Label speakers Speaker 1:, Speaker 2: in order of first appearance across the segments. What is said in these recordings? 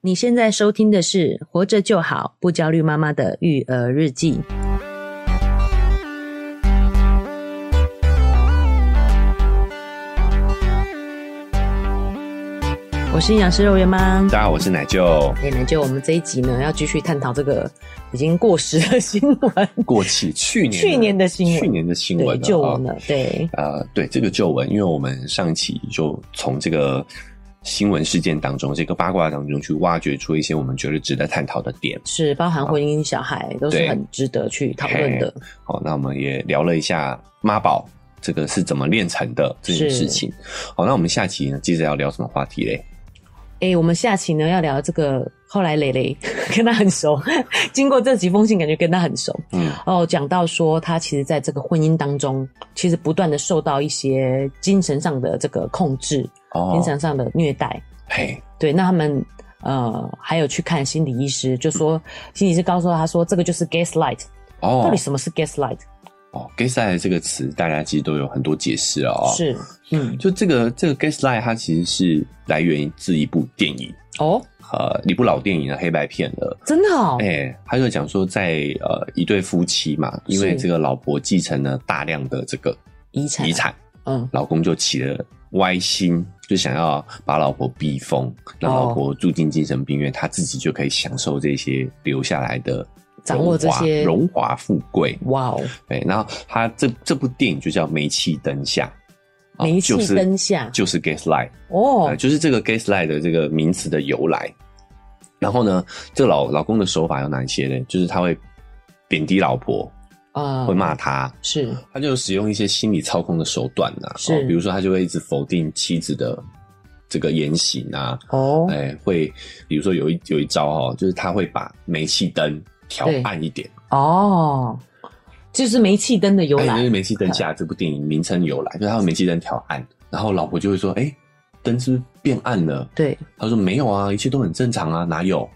Speaker 1: 你现在收听的是《活着就好，不焦虑妈妈的育儿日记》。我是营养师肉圆妈。
Speaker 2: 大家好，我是奶舅。
Speaker 1: 也奶就我们这一集呢，要继续探讨这个已经过时的新闻，
Speaker 2: 过气去年
Speaker 1: 去年的新闻
Speaker 2: 去年的新
Speaker 1: 对，
Speaker 2: 闻
Speaker 1: 旧闻
Speaker 2: 啊
Speaker 1: 了，对，
Speaker 2: 呃，对这个旧闻，因为我们上一期就从这个新闻事件当中，这个八卦当中去挖掘出一些我们觉得值得探讨的点。
Speaker 1: 是包含婚姻、小孩都是
Speaker 2: 对
Speaker 1: 很值得去讨论的。
Speaker 2: 好，哦那我们也聊了一下妈宝这个是怎么炼成的这件事情。好，那我们下期呢，接着要聊什么话题嘞？
Speaker 1: 哎、我们下期呢要聊这个，后来蕾 蕾跟他很熟，经过这几封信，感觉跟他很熟。
Speaker 2: 嗯，
Speaker 1: 哦，讲到说他其实在这个婚姻当中，其实不断的受到一些精神上的这个控制，精
Speaker 2: 哦，
Speaker 1: 神上的虐待。
Speaker 2: 嘿，
Speaker 1: 对，那他们呃还有去看心理医师，就说心理师告诉他说这个就是 gaslight，到
Speaker 2: 哦
Speaker 1: 底，什么是 gaslight？、
Speaker 2: 哦，gaslight 这个词，大家其实都有很多解释了哦。，
Speaker 1: 是，嗯，
Speaker 2: 就这个这个 gaslight，它其实是来源于自一部电影。
Speaker 1: 哦，
Speaker 2: 呃一部老电影的黑白片了。
Speaker 1: 真的哦，
Speaker 2: 哎、他就讲说在，呃一对夫妻嘛，因为
Speaker 1: 是
Speaker 2: 这个老婆继承了大量的这个
Speaker 1: 遗产，
Speaker 2: 遗，产，
Speaker 1: 嗯，
Speaker 2: 老公就起了歪心，就想要把老婆逼疯，让
Speaker 1: 哦
Speaker 2: 老婆住进精神病院，他自己就可以享受这些留下来的
Speaker 1: 掌握这
Speaker 2: 荣华
Speaker 1: 些
Speaker 2: 荣华富贵。
Speaker 1: 哇哦，
Speaker 2: 对，然后他这这部电影就叫《煤气灯下》，啊
Speaker 1: 煤气
Speaker 2: 就是
Speaker 1: 灯下，
Speaker 2: 就是 gaslight。
Speaker 1: 哦
Speaker 2: 呃，，就是这个 gaslight 的这个名词的由来。然后呢，这个老老公的手法有哪一些呢？就是他会贬低老婆，
Speaker 1: 啊、
Speaker 2: 会骂她，
Speaker 1: 是，
Speaker 2: 他就使用一些心理操控的手段呐、
Speaker 1: 是
Speaker 2: 比如说他就会一直否定妻子的这个言行啊，
Speaker 1: 哦，
Speaker 2: 哎，会比如说有一有一招哦，就是他会把煤气灯调
Speaker 1: 对
Speaker 2: 暗一点，
Speaker 1: 哦，就是煤气灯的由
Speaker 2: 哎
Speaker 1: 来，
Speaker 2: 就是《煤气灯下》这部电影名称由来，就是他的煤气灯调暗，然后老婆就会说，哎，灯是不是变暗了？
Speaker 1: 对，
Speaker 2: 他说没有啊，一切都很正常啊，哪有？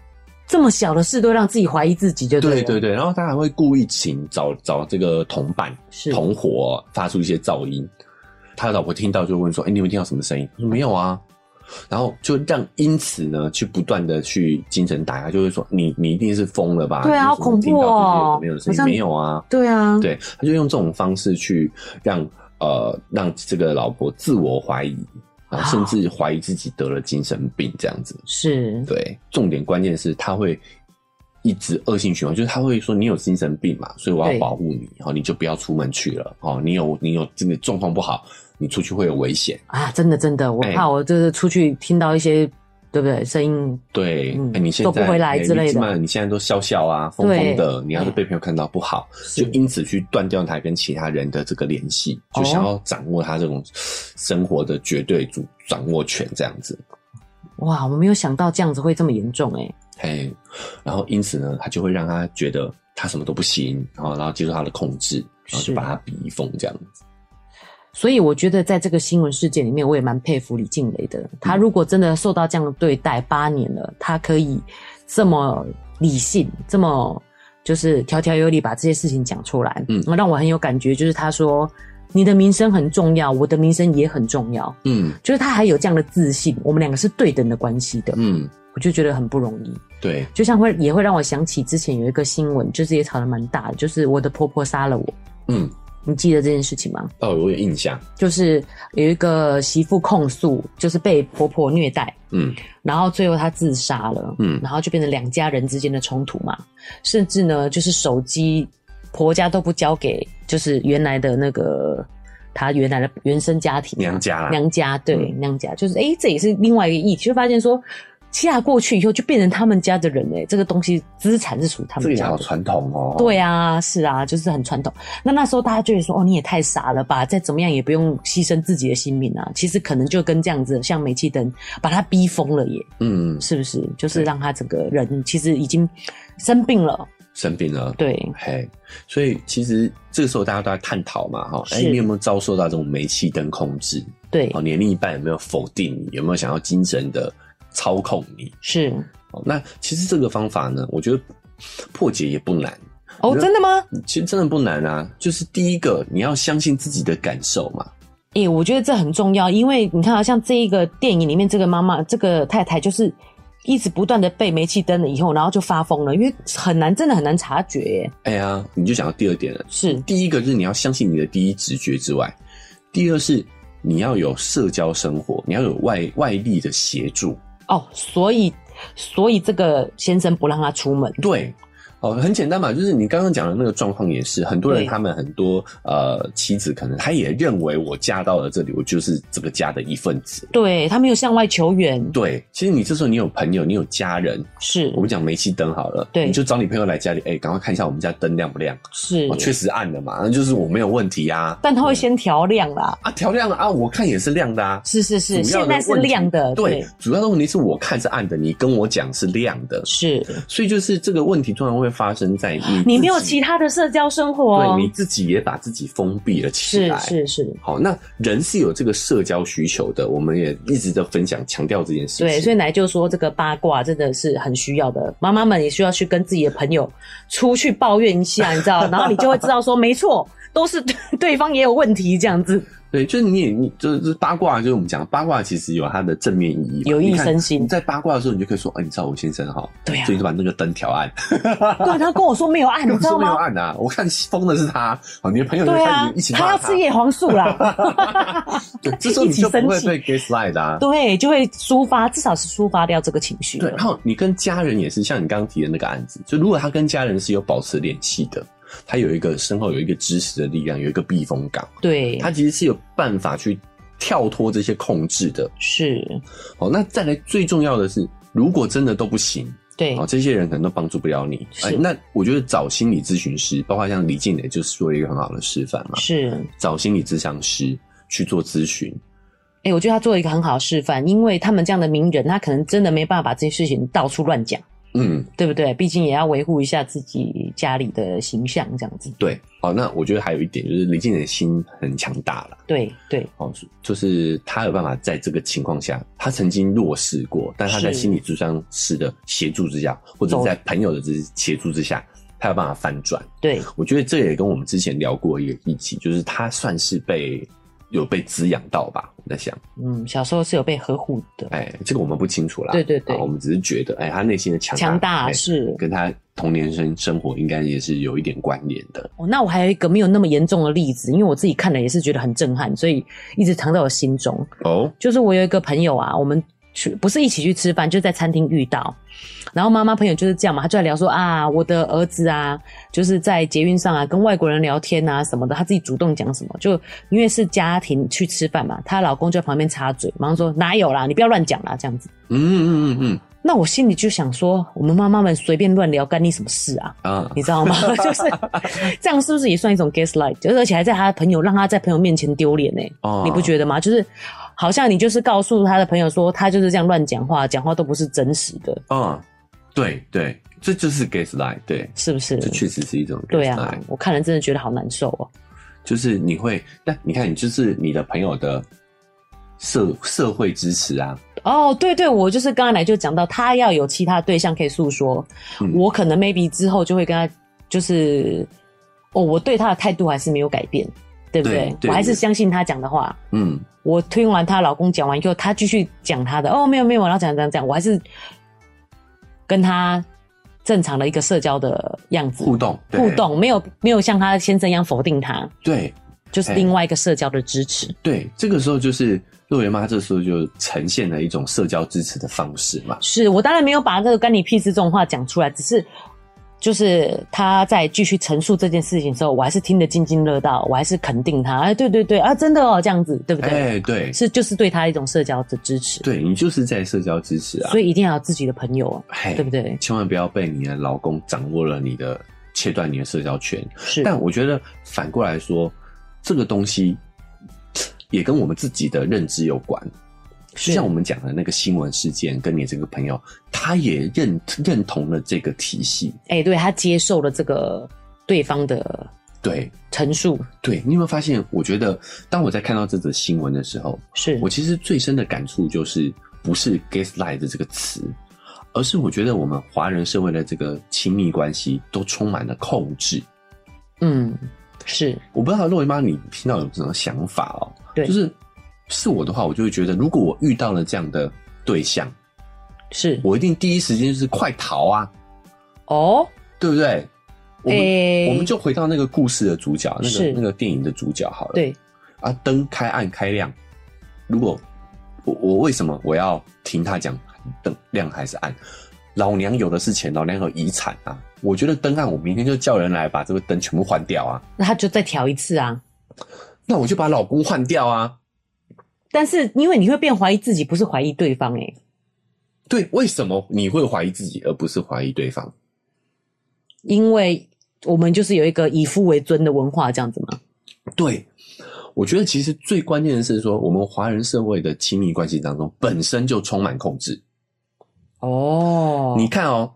Speaker 1: 这么小的事都让自己怀疑自己就
Speaker 2: 对
Speaker 1: 对
Speaker 2: 对
Speaker 1: 了，
Speaker 2: 对，然后他还会故意请找找这个同伴
Speaker 1: 是，
Speaker 2: 同伙发出一些噪音，他老婆听到就问说：“哎、你有没有听到什么声音？”他说：“没有啊。”然后就让因此呢，去不断的去精神打压，就会说：“你你一定是疯了吧？
Speaker 1: 对啊
Speaker 2: 你为什么
Speaker 1: 好恐怖
Speaker 2: 听到
Speaker 1: 哦
Speaker 2: 这些有的没有的声
Speaker 1: 好像
Speaker 2: 音没有啊。
Speaker 1: 对啊，”
Speaker 2: 对，他就用这种方式去让呃让这个老婆自我怀疑，然后
Speaker 1: 啊
Speaker 2: 甚至怀疑自己得了精神病这样子。
Speaker 1: 是，
Speaker 2: 对，重点关键是他会一直恶性循环，就是他会说你有精神病嘛，所以我
Speaker 1: 对
Speaker 2: 要保护你，哦，你就不要出门去了，哦，你有你有这个状况不好，你出去会有危险。
Speaker 1: 啊，真的真的，我
Speaker 2: 哎
Speaker 1: 怕我就是出去听到一些，对不对？声音
Speaker 2: 对，
Speaker 1: 嗯
Speaker 2: 哎你现在
Speaker 1: 都不回来
Speaker 2: 哎
Speaker 1: 之类的
Speaker 2: 你起码你现在都笑笑啊，疯
Speaker 1: 对
Speaker 2: 疯的，你要是
Speaker 1: 哎
Speaker 2: 被朋友看到不好，
Speaker 1: 是
Speaker 2: 就因此去断掉他跟其他人的这个联系，
Speaker 1: 哦
Speaker 2: 就想要掌握他这种生活的绝对主掌握权这样子。
Speaker 1: 哇，我没有想到这样子会这么严重哎、
Speaker 2: 哎，然后因此呢，他就会让他觉得他什么都不行，然后然后接受他的控制，然后
Speaker 1: 是
Speaker 2: 就把他逼疯这样子。
Speaker 1: 所以我觉得在这个新闻事件里面，我也蛮佩服李静蕾的。
Speaker 2: 嗯
Speaker 1: 她如果真的受到这样的对待八年了，她可以这么理性，这么就是条条有理把这些事情讲出来，
Speaker 2: 嗯，
Speaker 1: 让我很有感觉。就是她说：“你的名声很重要，我的名声也很重要。
Speaker 2: 嗯”
Speaker 1: 就是她还有这样的自信，我们两个是对等的关系的，
Speaker 2: 嗯，
Speaker 1: 我就觉得很不容易。
Speaker 2: 对，
Speaker 1: 就像会也会让我想起之前有一个新闻，就是也吵得蛮大的，就是我的婆婆杀了我，
Speaker 2: 嗯，
Speaker 1: 你记得这件事情吗？
Speaker 2: 哦，我有印象，
Speaker 1: 就是有一个媳妇控诉，就是被婆婆虐待，
Speaker 2: 嗯
Speaker 1: 然后最后她自杀了，
Speaker 2: 嗯
Speaker 1: 然后就变成两家人之间的冲突嘛，甚至呢，就是手机婆家都不交给，就是原来的那个她原来的原生家庭
Speaker 2: 娘家啦，
Speaker 1: 娘家对、
Speaker 2: 嗯
Speaker 1: 娘家，就是诶，这也是另外一个议题，就发现说嫁过去以后就变成他们家的人诶，这个东西资产是属于他
Speaker 2: 这
Speaker 1: 们
Speaker 2: 个也
Speaker 1: 家
Speaker 2: 好
Speaker 1: 的。
Speaker 2: 传统哦。
Speaker 1: 对啊，是啊，就是很传统。那那时候大家就会说，哦，你也太傻了吧，再怎么样也不用牺牲自己的性命啊。其实可能就跟这样子，像煤气灯把他逼疯了耶，
Speaker 2: 嗯，
Speaker 1: 是不是？就是
Speaker 2: 对
Speaker 1: 让他整个人其实已经生病了。
Speaker 2: 生病了，
Speaker 1: 对，
Speaker 2: 嘿，所以其实这个时候大家都在探讨嘛，哈，哎，
Speaker 1: 是
Speaker 2: 你有没有遭受到这种煤气灯控制？
Speaker 1: 对
Speaker 2: 哦，，你的另一半有没有否定你？有没有想要精神的操控你？
Speaker 1: 是。
Speaker 2: 哦，那其实这个方法呢，我觉得破解也不难。
Speaker 1: 哦，
Speaker 2: 那
Speaker 1: 真的吗？
Speaker 2: 其实真的不难啊，就是第一个你要相信自己的感受嘛。
Speaker 1: 诶、我觉得这很重要，因为你看啊，像这一个电影里面，这个妈妈，这个太太就是一直不断的被煤气灯了以后，然后就发疯了，因为很难，真的很难察觉耶。
Speaker 2: 哎呀，你就讲到第二点了。
Speaker 1: 是，
Speaker 2: 第一个是你要相信你的第一直觉之外，第二是你要有社交生活，你要有外外力的协助。
Speaker 1: 哦，所以所以这个先生不让他出门，
Speaker 2: 对，哦，很简单嘛，就是你刚刚讲的那个状况也是，很多人
Speaker 1: 对
Speaker 2: 他们很多呃妻子可能她也认为我嫁到了这里，我就是这个家的一份子。
Speaker 1: 对他没有向外求援，
Speaker 2: 对，其实你这时候你有朋友，你有家人，
Speaker 1: 是
Speaker 2: 我们讲煤气灯好了，
Speaker 1: 对
Speaker 2: 你就找你朋友来家里，哎、赶快看一下我们家灯亮不亮，
Speaker 1: 是
Speaker 2: 哦，，确实暗了嘛，那就是我没有问题呀、
Speaker 1: 但他会先调亮啦，
Speaker 2: 啊，调亮了啊，我看也是亮的啊，
Speaker 1: 是是是，
Speaker 2: 主要
Speaker 1: 现
Speaker 2: 的
Speaker 1: 在是
Speaker 2: 问题
Speaker 1: 亮的，
Speaker 2: 对，主要的问题是我看是暗的，你跟我讲是亮的，
Speaker 1: 是
Speaker 2: 所以就是这个问题通常会发生在你
Speaker 1: 你没有
Speaker 2: 自己
Speaker 1: 其他的社交生活哦，
Speaker 2: 对你自己也把自己封闭了起
Speaker 1: 是
Speaker 2: 来。
Speaker 1: 是是，
Speaker 2: 好，那人是有这个社交需求的，我们也一直在分享强调这件事情。
Speaker 1: 对，所以奶就说这个八卦真的是很需要的，妈妈们也需要去跟自己的朋友出去抱怨一下，你知 道，然后你就会知道说，没错，都是 对对方也有问题这样 子，
Speaker 2: 对，就是你也你就是就是八卦，就是我们讲八卦，其实有它的正面意义嘛，啊
Speaker 1: 有益
Speaker 2: 你看
Speaker 1: 身心
Speaker 2: 你在八卦的时候，你就可以说，哎、你知道我先生哈，
Speaker 1: 对啊
Speaker 2: 所以就把那个灯调暗，
Speaker 1: 对他跟我说没有爱，你
Speaker 2: 根本
Speaker 1: 知道
Speaker 2: 说没有
Speaker 1: 吗？
Speaker 2: 暗啊，我看疯的是他，哦，你的朋友就
Speaker 1: 对啊
Speaker 2: 开始一，起
Speaker 1: 他
Speaker 2: 骂
Speaker 1: 要吃叶黄素啦，
Speaker 2: 对这时候你就不
Speaker 1: 一
Speaker 2: 会
Speaker 1: 起生
Speaker 2: 被 gaslight 的啊。
Speaker 1: 对，就会抒发，至少是抒发掉这个情绪。
Speaker 2: 对，然后你跟家人也是，像你刚刚提的那个案子，就如果他跟家人是有保持联系的，他有一个身后有一个支持的力量，有一个避风港，
Speaker 1: 对，
Speaker 2: 他其实是有办法去跳脱这些控制的。
Speaker 1: 是，
Speaker 2: 哦，那再来最重要的是，如果真的都不行，
Speaker 1: 对
Speaker 2: 哦，，这些人可能都帮助不了你。
Speaker 1: 是
Speaker 2: 哎，那我觉得找心理咨询师，包括像李静蕾，就是做一个很好的示范嘛，
Speaker 1: 是。
Speaker 2: 找心理咨商师去做咨询，
Speaker 1: 哎、我觉得他做了一个很好的示范，因为他们这样的名人，他可能真的没办法把这些事情到处乱讲，
Speaker 2: 嗯，
Speaker 1: 对不对？毕竟也要维护一下自己家里的形象，这样子。
Speaker 2: 对，哦，那我觉得还有一点就是李静蕾心很强大了。
Speaker 1: 对对，
Speaker 2: 哦，就是他有办法在这个情况下，他曾经弱势过，但他在
Speaker 1: 是
Speaker 2: 心理咨商师的协助之下，或者
Speaker 1: 走
Speaker 2: 在朋友的之协助之下，他有办法翻转。
Speaker 1: 对，
Speaker 2: 我觉得这也跟我们之前聊过一个议题，就是他算是被有被滋养到吧？我在想，
Speaker 1: 嗯，小时候是有被呵护的，
Speaker 2: 哎，这个我们不清楚啦。
Speaker 1: 对对对
Speaker 2: 啊我们只是觉得，哎，他内心的强
Speaker 1: 强
Speaker 2: 大
Speaker 1: 大
Speaker 2: 哎
Speaker 1: 是。
Speaker 2: 跟他童年生生活应该也是有一点关联的。
Speaker 1: 哦，那我还有一个没有那么严重的例子，因为我自己看了也是觉得很震撼，所以一直藏在我心中。
Speaker 2: 哦，
Speaker 1: 就是我有一个朋友啊，我们去不是一起去吃饭，就在餐厅遇到。然后妈妈朋友就是这样嘛，她就在聊说啊，我的儿子啊，就是在捷运上啊，跟外国人聊天啊什么的，她自己主动讲什么，就因为是家庭去吃饭嘛，她老公就在旁边插嘴，马上说哪有啦，你不要乱讲啦，这样子。
Speaker 2: 嗯嗯嗯嗯，
Speaker 1: 那我心里就想说，我们妈妈们随便乱聊，干你什么事啊？
Speaker 2: 啊，
Speaker 1: 你知道吗？ 就是这样，是不是也算一种 gaslight？就是而且还在他的朋友让他在朋友面前丢脸呢？欸
Speaker 2: 哦
Speaker 1: 你不觉得吗？就是好像你就是告诉他的朋友说他就是这样乱讲话，讲话都不是真实的，
Speaker 2: 啊，对对，这就是 gaslight，对。
Speaker 1: 是不是？
Speaker 2: 这确实是一种 gaslight
Speaker 1: 对啊，我看了真的觉得好难受哦。
Speaker 2: 就是你会，但你看，你就是你的朋友的社社会支持啊，
Speaker 1: 哦，对对，我就是刚才就讲到，他要有其他对象可以诉说，
Speaker 2: 嗯
Speaker 1: 我可能 maybe 之后就会跟他就是，哦，我对他的态度还是没有改变，对不
Speaker 2: 对对
Speaker 1: 我还是相信他讲的话。
Speaker 2: 嗯，
Speaker 1: 我听完她老公讲完以后，她继续讲她的哦，没有没有，然后讲讲讲，我还是跟她正常的一个社交的样子
Speaker 2: 互动，对
Speaker 1: 互，动，没有没有像她先生一样否定她，
Speaker 2: 对
Speaker 1: 就是另外一个社交的支持。
Speaker 2: 对，这个时候就是肉圆妈，这时候就呈现了一种社交支持的方式嘛，
Speaker 1: 是我当然没有把这个干你屁事这种话讲出来，只是就是她在继续陈述这件事情的时候，我还是听得津津乐道，我还是肯定她，哎，对对对啊，真的哦，这样子对不对？
Speaker 2: 哎，对
Speaker 1: 是就是对她一种社交的支持，
Speaker 2: 对，你就是在社交支持啊，
Speaker 1: 所以一定要有自己的朋友哦，
Speaker 2: 嘿
Speaker 1: 对不对？
Speaker 2: 千万不要被你的老公掌握了你的切断你的社交圈，
Speaker 1: 是，
Speaker 2: 但我觉得反过来说，这个东西也跟我们自己的认知有关。
Speaker 1: 是
Speaker 2: 就像我们讲的那个新闻事件，跟你这个朋友，他也认认同了这个体系。
Speaker 1: 哎、对他接受了这个对方的
Speaker 2: 对
Speaker 1: 陈述，
Speaker 2: 对，你有没有发现？我觉得当我在看到这则新闻的时候，
Speaker 1: 是
Speaker 2: 我其实最深的感触就是，不是 “gaslight” 的这个词，而是我觉得我们华人社会的这个亲密关系都充满了控制。
Speaker 1: 嗯，是
Speaker 2: 我不知道若姨妈，你听到有什么想法哦？
Speaker 1: 对
Speaker 2: 就是是我的话，我就会觉得，如果我遇到了这样的对象，
Speaker 1: 是
Speaker 2: 我一定第一时间就是快逃啊，
Speaker 1: 哦，哎
Speaker 2: 对不对？我们、
Speaker 1: 诶
Speaker 2: 我们就回到那个故事的主角，那个
Speaker 1: 是
Speaker 2: 那个电影的主角好了。
Speaker 1: 对，
Speaker 2: 啊，灯开暗开亮，如果我我为什么我要听他讲灯亮还是暗？老娘有的是钱，老娘有遗产啊！我觉得灯暗，我明天就叫人来把这个灯全部换掉啊！
Speaker 1: 那他就再调一次啊。
Speaker 2: 那我就把老公换掉啊！
Speaker 1: 但是因为你会变怀疑自己，不是怀疑对方、欸，
Speaker 2: 对，为什么你会怀疑自己，而不是怀疑对方？
Speaker 1: 因为我们就是有一个以夫为尊的文化，这样子嘛。
Speaker 2: 对，我觉得其实最关键的是说，我们华人社会的亲密关系当中本身就充满控制。
Speaker 1: 哦
Speaker 2: 你看哦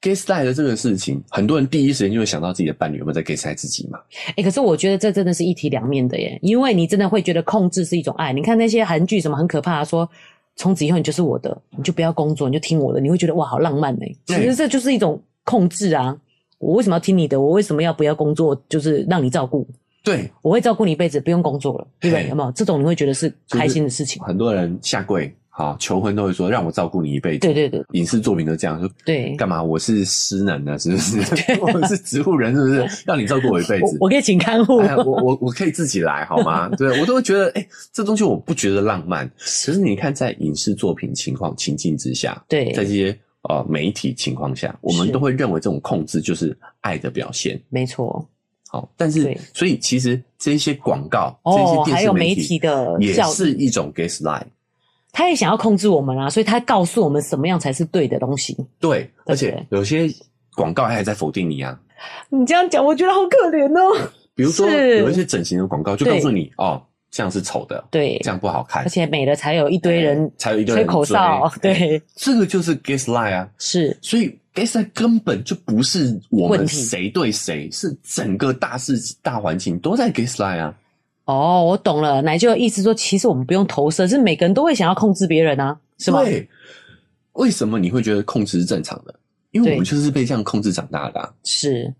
Speaker 2: ，gay style 的这个事情，很多人第一时间就会想到自己的伴侣有没有在 gay style 自己嘛？
Speaker 1: 哎、可是我觉得这真的是一体两面的耶，因为你真的会觉得控制是一种爱。你看那些韩剧什么很可怕、说从此以后你就是我的，你就不要工作，你就听我的，你会觉得哇好浪漫哎。其
Speaker 2: 对
Speaker 1: 实这就是一种控制啊！我为什么要听你的？我为什么要不要工作？就是让你照顾，
Speaker 2: 对，
Speaker 1: 我会照顾你一辈子，不用工作了，对不对？
Speaker 2: 嘿
Speaker 1: 有没有这种你会觉得是开心的事情？
Speaker 2: 很多人下跪好求婚都会说让我照顾你一辈子。
Speaker 1: 对对对
Speaker 2: 影视作品都这样说，
Speaker 1: 对。
Speaker 2: 干嘛？我是失能的，是不 是？我是植物人，是不是？让你照顾我一辈子
Speaker 1: 我？我可以请看护，
Speaker 2: 哎，我我我可以自己来好 吗？对我都会觉得，哎、这东西我不觉得浪漫。可是你看，在影视作品情况情境之下，
Speaker 1: 对
Speaker 2: 在这些呃媒体情况下，我们
Speaker 1: 是
Speaker 2: 都会认为这种控制就是爱的表现。
Speaker 1: 没错。
Speaker 2: 好，但是
Speaker 1: 对
Speaker 2: 所以其实这些广告，这些
Speaker 1: 哦，
Speaker 2: 电
Speaker 1: 还
Speaker 2: 视
Speaker 1: 有媒
Speaker 2: 体
Speaker 1: 体的
Speaker 2: 也
Speaker 1: 教
Speaker 2: 是一种 gas line。
Speaker 1: 他也想要控制我们啊，所以他告诉我们什么样才是对的东西。
Speaker 2: 对，而且
Speaker 1: 对
Speaker 2: 有些广告还在否定你啊，
Speaker 1: 你这样讲，我觉得好可怜哦。
Speaker 2: 比如说
Speaker 1: 是
Speaker 2: 有一些整形的广告就告诉你哦，这样是丑的，
Speaker 1: 对，
Speaker 2: 这样不好看
Speaker 1: 而，且美了才有一堆人
Speaker 2: 才有一堆
Speaker 1: 吹
Speaker 2: 人
Speaker 1: 口
Speaker 2: 追哎
Speaker 1: 哨，对，
Speaker 2: 这个就是 gas line 啊，
Speaker 1: 是
Speaker 2: 所以 gas line 根本就不是我
Speaker 1: 问
Speaker 2: 们
Speaker 1: 题
Speaker 2: 谁对谁，是整个大事大环境都在 gas line 啊。
Speaker 1: 哦，我懂了。奶就意思说，其实我们不用投射，是每个人都会想要控制别人啊，是吗？
Speaker 2: 对，为什么你会觉得控制是正常的？因为
Speaker 1: 对
Speaker 2: 我们就是被这样控制长大的、啊。
Speaker 1: 是，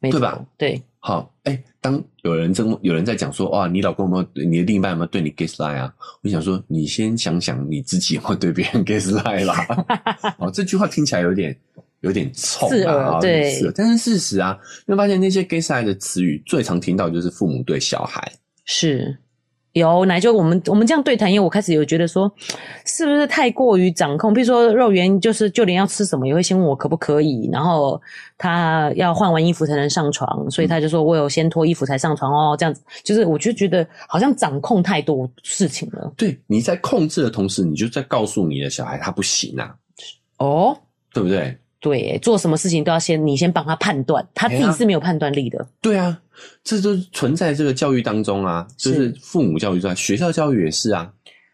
Speaker 1: 没错
Speaker 2: 对吧？
Speaker 1: 对，
Speaker 2: 好，哎、当有人这么有人在讲说，哇，你老公有没有，你的另一半有没有对你 gas lie 啊？我想说，你先想想你自己有没有对别人 gas lie 啦。哦，这句话听起来有点有点冲
Speaker 1: 刺耳
Speaker 2: 啊，哦
Speaker 1: 对
Speaker 2: 刺耳但是事实啊，你会发现那些 gas lie 的词语最常听到就是父母对小孩，
Speaker 1: 是。有奶就我们我们这样对谈，因为我开始有觉得说，是不是太过于掌控？比如说肉圆，就是就连要吃什么也会先问我可不可以，然后他要换完衣服才能上床，所以他就说我有先脱衣服才上床哦，这样子就是我就觉得好像掌控太多事情了
Speaker 2: 对，你在控制的同时，你就在告诉你的小孩他不行啊，
Speaker 1: 哦。
Speaker 2: 对不对？
Speaker 1: 对，做什么事情都要先你先帮他判断，他自
Speaker 2: 哎
Speaker 1: 己
Speaker 2: 呀
Speaker 1: 是没有判断力的。
Speaker 2: 对啊，这就是存在这个教育当中啊，就是
Speaker 1: 是
Speaker 2: 父母教育之外，学校教育也是啊。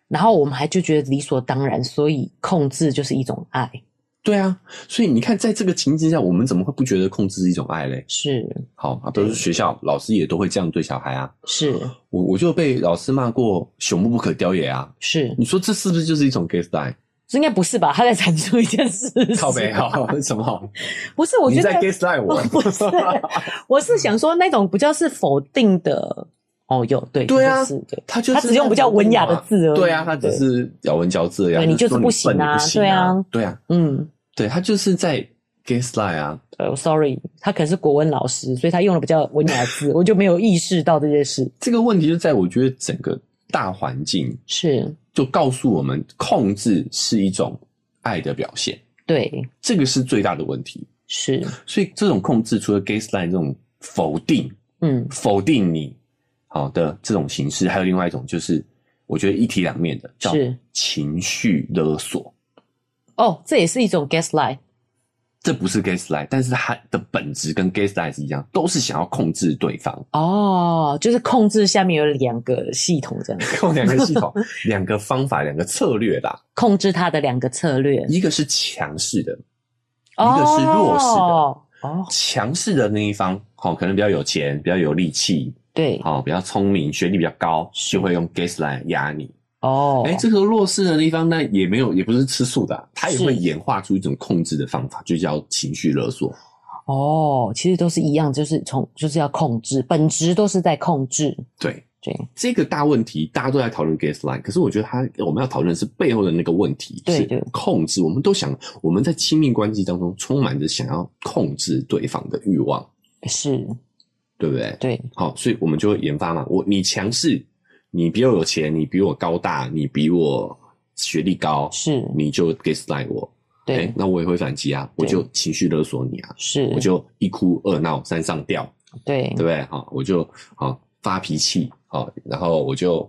Speaker 1: 然后我们还就觉得理所当然，所以控制就是一种爱，
Speaker 2: 对啊，所以你看，在这个情境下，我们怎么会不觉得控制是一种爱嘞？
Speaker 1: 是
Speaker 2: 好啊，都是学校老师也都会这样对小孩啊。
Speaker 1: 是
Speaker 2: 我我就被老师骂过“朽木不可雕也”啊。
Speaker 1: 是，
Speaker 2: 你说这是不是就是一种 gay style？
Speaker 1: 这应该不是吧？他在阐述一件事情，
Speaker 2: 靠背好什么？
Speaker 1: 不 是，我
Speaker 2: 你
Speaker 1: 觉得
Speaker 2: 在 gay style 我？
Speaker 1: 不 是，我是想说那种比较是否定的。哦，有对，
Speaker 2: 对啊
Speaker 1: 是对，
Speaker 2: 他就
Speaker 1: 他
Speaker 2: 是
Speaker 1: 只用比较文雅的字而已
Speaker 2: 对啊，他只是咬文嚼字而已啊。
Speaker 1: 对你就是
Speaker 2: 说
Speaker 1: 不行
Speaker 2: 笨
Speaker 1: 啊
Speaker 2: 你不行
Speaker 1: 对啊，
Speaker 2: 对啊，
Speaker 1: 嗯，
Speaker 2: 对他就是在 gay style 啊。
Speaker 1: 呃，sorry，他可能是国文老师，所以他用了比较文雅的字，我就没有意识到这件事。
Speaker 2: 这个问题就在我觉得整个大环境
Speaker 1: 是，
Speaker 2: 就告诉我们，控制是一种爱的表现，
Speaker 1: 对，
Speaker 2: 这个是最大的问题。
Speaker 1: 是，
Speaker 2: 所以这种控制，除了 g a s line 这种否定、
Speaker 1: 嗯，
Speaker 2: 否定你好的这种形式，还有另外一种就是，我觉得一体两面的叫
Speaker 1: 是
Speaker 2: 情绪勒索。
Speaker 1: 哦，这也是一种 gaslight，
Speaker 2: 这不是 g a s line，但是它的本质跟 g a s line 是一样，都是想要控制对方，
Speaker 1: 哦，就是控制下面有两个系统这样子，
Speaker 2: 用两个系统、两个方法、两个策略啦。
Speaker 1: 控制他的两个策略，
Speaker 2: 一个是强势的，
Speaker 1: 哦
Speaker 2: 一个是弱势
Speaker 1: 哦
Speaker 2: 的，强势的那一方，好、可能比较有钱，比较有力气，
Speaker 1: 对，
Speaker 2: 好、比较聪明，学历比较高，就会用 gas 来压你。
Speaker 1: 哦，
Speaker 2: 哎、这时候弱势的地方呢，也没有，也不是吃素的啊、他也
Speaker 1: 是
Speaker 2: 会演化出一种控制的方法，就叫情绪勒索。
Speaker 1: 哦，其实都是一样，就是从就是要控制，本质都是在控制，
Speaker 2: 对，
Speaker 1: 对
Speaker 2: 这个大问题，大家都在讨论 gas line，可是我觉得他我们要讨论的是背后的那个问题，
Speaker 1: 对
Speaker 2: 是
Speaker 1: 对
Speaker 2: 控制。我们都想我们在亲密关系当中充满着想要控制对方的欲望，
Speaker 1: 是，
Speaker 2: 对不对？
Speaker 1: 对
Speaker 2: 好，所以我们就会研发嘛，我你强势，你比我有钱，你比我高大，你比我学历高，
Speaker 1: 是，
Speaker 2: 你就 gas line 我，
Speaker 1: 对
Speaker 2: 诶那我也会反击啊，我
Speaker 1: 对
Speaker 2: 就情绪勒索你啊，
Speaker 1: 是，
Speaker 2: 我就一哭二闹三上吊，
Speaker 1: 对
Speaker 2: 对不对？好，我就好发脾气，好，然后我就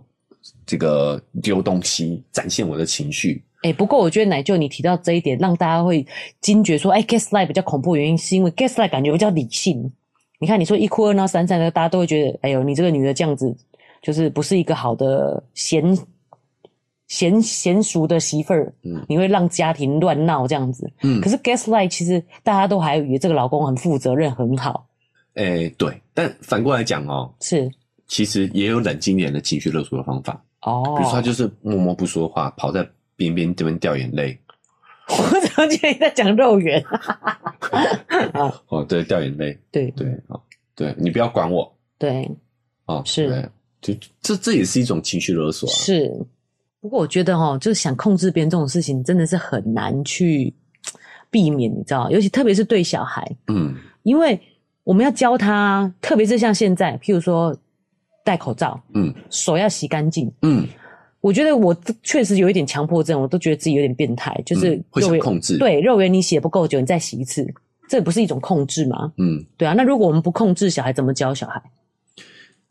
Speaker 2: 这个丢东西，展现我的情绪。
Speaker 1: 哎、不过我觉得奶舅你提到这一点，让大家会惊觉说，哎、g u e s s light 比较恐怖，原因是因为 guess light 感觉比较理性。你看，你说一哭二闹三上吊，大家都会觉得，哎呦，你这个女的这样子，就是不是一个好的贤贤贤淑的媳妇儿，
Speaker 2: 嗯
Speaker 1: 你会让家庭乱闹这样子。
Speaker 2: 嗯
Speaker 1: 可，是 guess light 其实大家都还以为这个老公很负责任，很好，
Speaker 2: 诶，对，但反过来讲哦，
Speaker 1: 是
Speaker 2: 其实也有冷静一点的情绪勒索的方法，
Speaker 1: 哦。
Speaker 2: 比如说他就是默默不说话，跑在边边这边掉眼泪，
Speaker 1: 我怎么觉得你在讲肉圆？啊
Speaker 2: 哦，对，掉眼泪，
Speaker 1: 对
Speaker 2: 对啊、哦对你不要管我
Speaker 1: 对，
Speaker 2: 啊、哦，
Speaker 1: 是
Speaker 2: 对，就这这也是一种情绪勒索啊，
Speaker 1: 是，不过我觉得哦，就是想控制别人这种事情，真的是很难去避免，你知道？尤其特别是对小孩，
Speaker 2: 嗯
Speaker 1: 因为我们要教他，特别是像现在，譬如说戴口罩，
Speaker 2: 嗯
Speaker 1: 手要洗干净。
Speaker 2: 嗯，
Speaker 1: 我觉得我这确实有一点强迫症，我都觉得自己有点变态，就是
Speaker 2: 嗯会想
Speaker 1: 肉圆
Speaker 2: 控制
Speaker 1: 对，肉圆你洗得不够久，你再洗一次，这不是一种控制吗？
Speaker 2: 嗯，
Speaker 1: 对啊，那如果我们不控制小孩，怎么教小孩？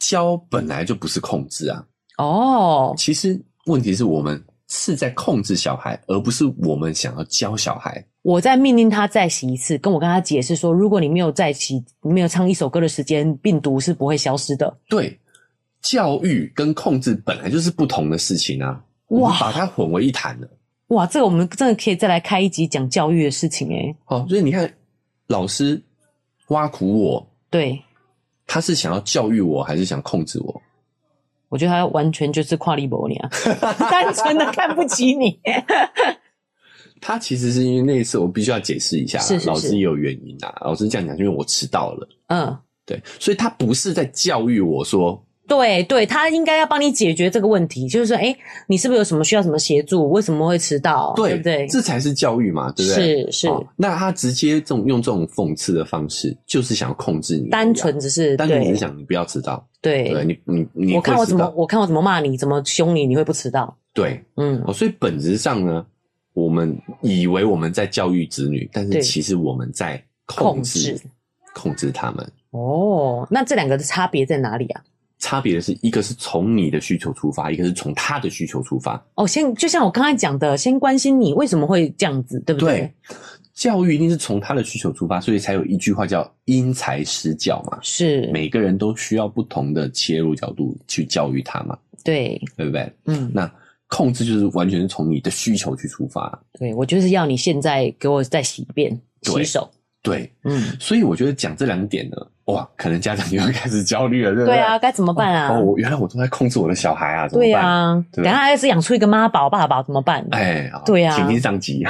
Speaker 2: 教本来就不是控制啊，
Speaker 1: 哦，
Speaker 2: 其实问题是我们是在控制小孩，而不是我们想要教小孩。
Speaker 1: 我在命令他再洗一次，跟我跟他解释说，如果你没有再洗，你没有唱一首歌的时间，病毒是不会消失的。
Speaker 2: 对，教育跟控制本来就是不同的事情啊，
Speaker 1: 哇
Speaker 2: 我们把它混为一谈了。
Speaker 1: 哇，这个我们真的可以再来开一集讲教育的事情欸诶、
Speaker 2: 哦，所以你看，老师挖苦我，
Speaker 1: 对，
Speaker 2: 他是想要教育我，还是想控制我？
Speaker 1: 我觉得他完全就是跨立博你啊， 单纯的看不起你。
Speaker 2: 他其实是因为那一次，我必须要解释一下啦，
Speaker 1: 是是是
Speaker 2: 老师也有原因啊。老师这样讲，因为我迟到了，
Speaker 1: 嗯，
Speaker 2: 对，所以他不是在教育我说，
Speaker 1: 对对，他应该要帮你解决这个问题，就是说，诶，你是不是有什么需要什么协助？为什么会迟到？对
Speaker 2: 对
Speaker 1: 不对？
Speaker 2: 这才是教育嘛，对不对？
Speaker 1: 是是，
Speaker 2: 哦那他直接这种用这种讽刺的方式，就是想要控制你，
Speaker 1: 单纯只是
Speaker 2: 单纯只是
Speaker 1: 对
Speaker 2: 想你不要迟到，
Speaker 1: 对
Speaker 2: 对你你你会
Speaker 1: 我看我怎
Speaker 2: 迟
Speaker 1: 么
Speaker 2: 到
Speaker 1: 我看我怎么骂你，怎么凶你，你会不迟到？
Speaker 2: 对
Speaker 1: 嗯，
Speaker 2: 哦，所以本质上呢，我们以为我们在教育子女，但
Speaker 1: 对
Speaker 2: 是其实我们在控制控制他们。
Speaker 1: 哦，那这两个的差别在哪里啊？
Speaker 2: 差别的是，一个是从你的需求出发，一个是从他的需求出发。
Speaker 1: 哦，先就像我刚才讲的，先关心你为什么会这样子，对不对？
Speaker 2: 对，教育一定是从他的需求出发，所以才有一句话叫“因材施教”嘛。
Speaker 1: 是，
Speaker 2: 每个人都需要不同的切入角度去教育他嘛，
Speaker 1: 对，
Speaker 2: 对不对？
Speaker 1: 嗯，
Speaker 2: 那控制就是完全是从你的需求去出发，
Speaker 1: 对我就是要你现在给我再洗一遍洗
Speaker 2: 对
Speaker 1: 手，
Speaker 2: 对。
Speaker 1: 嗯，
Speaker 2: 所以我觉得讲这两点呢，哇，可能家长就会开始焦虑了，对不
Speaker 1: 对啊，，该怎么办啊？
Speaker 2: 哦，我原来我都在控制我的小孩啊，怎么
Speaker 1: 对
Speaker 2: 办？
Speaker 1: 啊，等
Speaker 2: 对
Speaker 1: 下要是养出一个妈宝爸爸怎么办？
Speaker 2: 哎，好
Speaker 1: 对啊
Speaker 2: 请听 上集。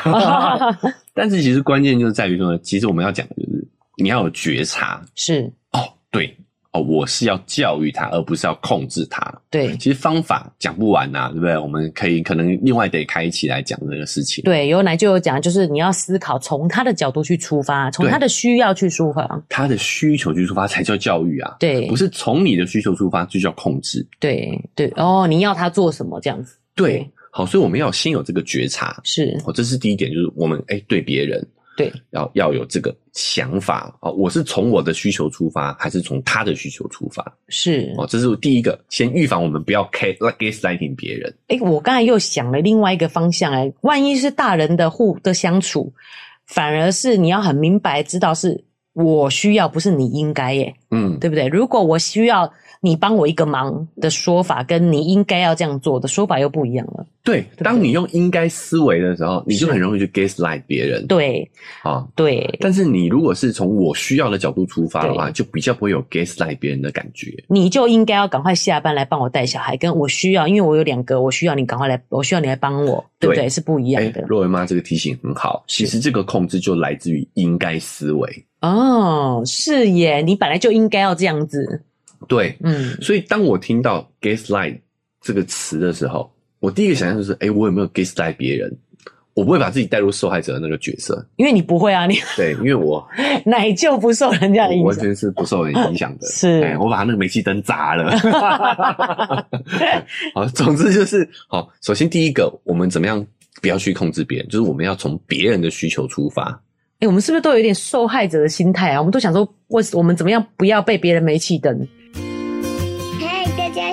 Speaker 2: 但是其实关键就是在于说呢，其实我们要讲的就是你要有觉察
Speaker 1: 是，
Speaker 2: 哦，对哦，我是要教育他，而不是要控制他。
Speaker 1: 对
Speaker 2: 其实方法讲不完呐、啊对不对？我们可以可能另外得开一期来讲这个事情。
Speaker 1: 对，有奶就有讲，就是你要思考从他的角度去出发，从
Speaker 2: 对
Speaker 1: 他的需要去出发，
Speaker 2: 他的需求去出发才叫教育啊，
Speaker 1: 对
Speaker 2: 不是从你的需求出发就叫控制。
Speaker 1: 对对，哦，你要他做什么这样子？对
Speaker 2: 对，好，所以我们要先有这个觉察。
Speaker 1: 是
Speaker 2: 哦，这是第一点，就是我们哎、对别人
Speaker 1: 对，
Speaker 2: 要要有这个想法哦，我是从我的需求出发，还是从他的需求出发？
Speaker 1: 是
Speaker 2: 哦，这是第一个，先预防我们不要 gas gaslighting 别人。
Speaker 1: 诶，我刚才又想了另外一个方向、诶，万一是大人的互的相处，反而是你要很明白知道是我需要，不是你应该耶、
Speaker 2: 嗯，
Speaker 1: 对不对？如果我需要你帮我一个忙的说法，跟你应该要这样做的说法又不一样了。
Speaker 2: 对，
Speaker 1: 对
Speaker 2: 当你用应该思维的时候，你就是很容易去 gaslight 别人。
Speaker 1: 对
Speaker 2: 啊、
Speaker 1: 对，
Speaker 2: 但是你如果是从我需要的角度出发的话，
Speaker 1: 对
Speaker 2: 就比较不会有 gaslight 别人的感觉。
Speaker 1: 你就应该要赶快下班来帮我带小孩，跟我需要，因为我有两个，我需要你赶快来，我需要你来帮我，对不
Speaker 2: 对
Speaker 1: 对？是不一样
Speaker 2: 哎
Speaker 1: 的，
Speaker 2: 若文妈这个提醒很好，其实这个控制就来自于应该思维。
Speaker 1: 哦，是耶，你本来就应该要这样子，
Speaker 2: 对，
Speaker 1: 嗯
Speaker 2: 所以当我听到 gaslight 这个词的时候，我第一个想象就是，哎、我有没有 gaslight 别人？我不会把自己带入受害者的那个角色，
Speaker 1: 因为你不会啊，你
Speaker 2: 对，因 为我
Speaker 1: 奶就不受人家的
Speaker 2: 我
Speaker 1: 影
Speaker 2: 完
Speaker 1: 响。
Speaker 2: 全是不受人影响的，
Speaker 1: 是
Speaker 2: 哎我把那个煤气灯砸了。 好，总之就是好。首先第一个，我们怎么样不要去控制别人，就是我们要从别人的需求出发。
Speaker 1: 哎、我们是不是都有一点受害者的心态啊？我们都想说，为我们怎么样不要被别人煤气灯？
Speaker 3: 嗨，大家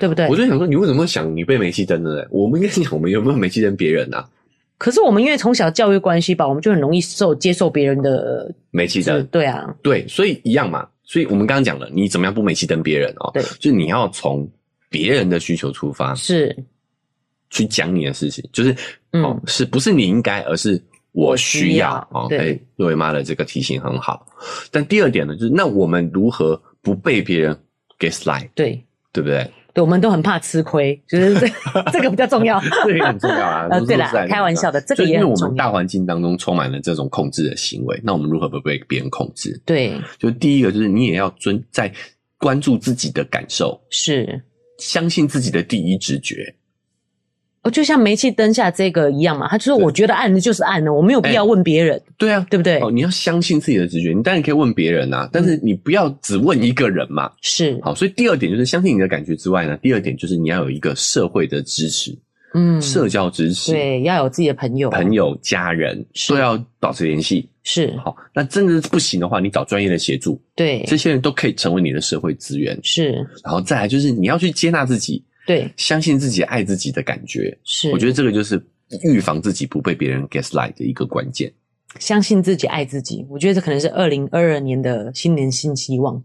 Speaker 1: 对不对
Speaker 2: 我？就想说，你为什么想你被煤气灯了呢？我们应该想，我们有没有煤气灯别人啊？
Speaker 1: 可是我们因为从小教育关系吧，我们就很容易受接受别人的，
Speaker 2: 煤气
Speaker 1: 是
Speaker 2: 灯，
Speaker 1: 对啊，
Speaker 2: 对，所以一样嘛。所以我们刚刚讲了，你怎么样不煤气灯别人哦？
Speaker 1: 对
Speaker 2: 就是你要从别人的需求出发
Speaker 1: 是
Speaker 2: 去讲你的事情，就是、哦
Speaker 1: 嗯，
Speaker 2: 是不是你应该，而是我需要
Speaker 1: 我
Speaker 2: 哦。
Speaker 1: 需要对
Speaker 2: 哎，瑞妈的这个提醒很好。但第二点呢，就是那我们如何不被别人 gaslight，
Speaker 1: 对。
Speaker 2: 对不 对？
Speaker 1: 对，我们都很怕吃亏，就是这 这个比较 重要。
Speaker 2: 这个也很重要啊。
Speaker 1: 呃
Speaker 2: 都是
Speaker 1: 对啦
Speaker 2: 都是在那个
Speaker 1: 开玩笑的这个
Speaker 2: 就是
Speaker 1: 也
Speaker 2: 因
Speaker 1: 很
Speaker 2: 为我
Speaker 1: 重要
Speaker 2: 们大环境当中充满了这种控制的行为，那我们如何不被别人控制？
Speaker 1: 对，
Speaker 2: 就第一个就是你也要尊在关注自己的感受，
Speaker 1: 是，
Speaker 2: 相信自己的第一直觉。
Speaker 1: 哦，就像煤气灯下这个一样嘛，他就说
Speaker 2: 对
Speaker 1: 我觉得暗的就是暗的，我没有必要问别人，
Speaker 2: 对啊，
Speaker 1: 对不对？嗯
Speaker 2: 哦，你要相信自己的直觉。你当然可以问别人啊，但是你不要只问一个人嘛。
Speaker 1: 是，
Speaker 2: 好，所以第二点就是相信你的感觉之外呢，第二点就是你要有一个社会的支持，
Speaker 1: 嗯，
Speaker 2: 社交支持，
Speaker 1: 对，要有自己的朋友，
Speaker 2: 朋友、家人
Speaker 1: 是
Speaker 2: 都要保持联系。
Speaker 1: 是
Speaker 2: 好，那真的不行的话，你找专业的协助，
Speaker 1: 对，
Speaker 2: 这些人都可以成为你的社会资源。
Speaker 1: 是
Speaker 2: 然后再来就是你要去接纳自己，
Speaker 1: 对，
Speaker 2: 相信自己、爱自己的感觉。
Speaker 1: 是，
Speaker 2: 我觉得这个就是预防自己不被别人 gaslight 的一个关键。
Speaker 1: 相信自己，爱自己，我觉得这可能是二零二二年的新年新希望，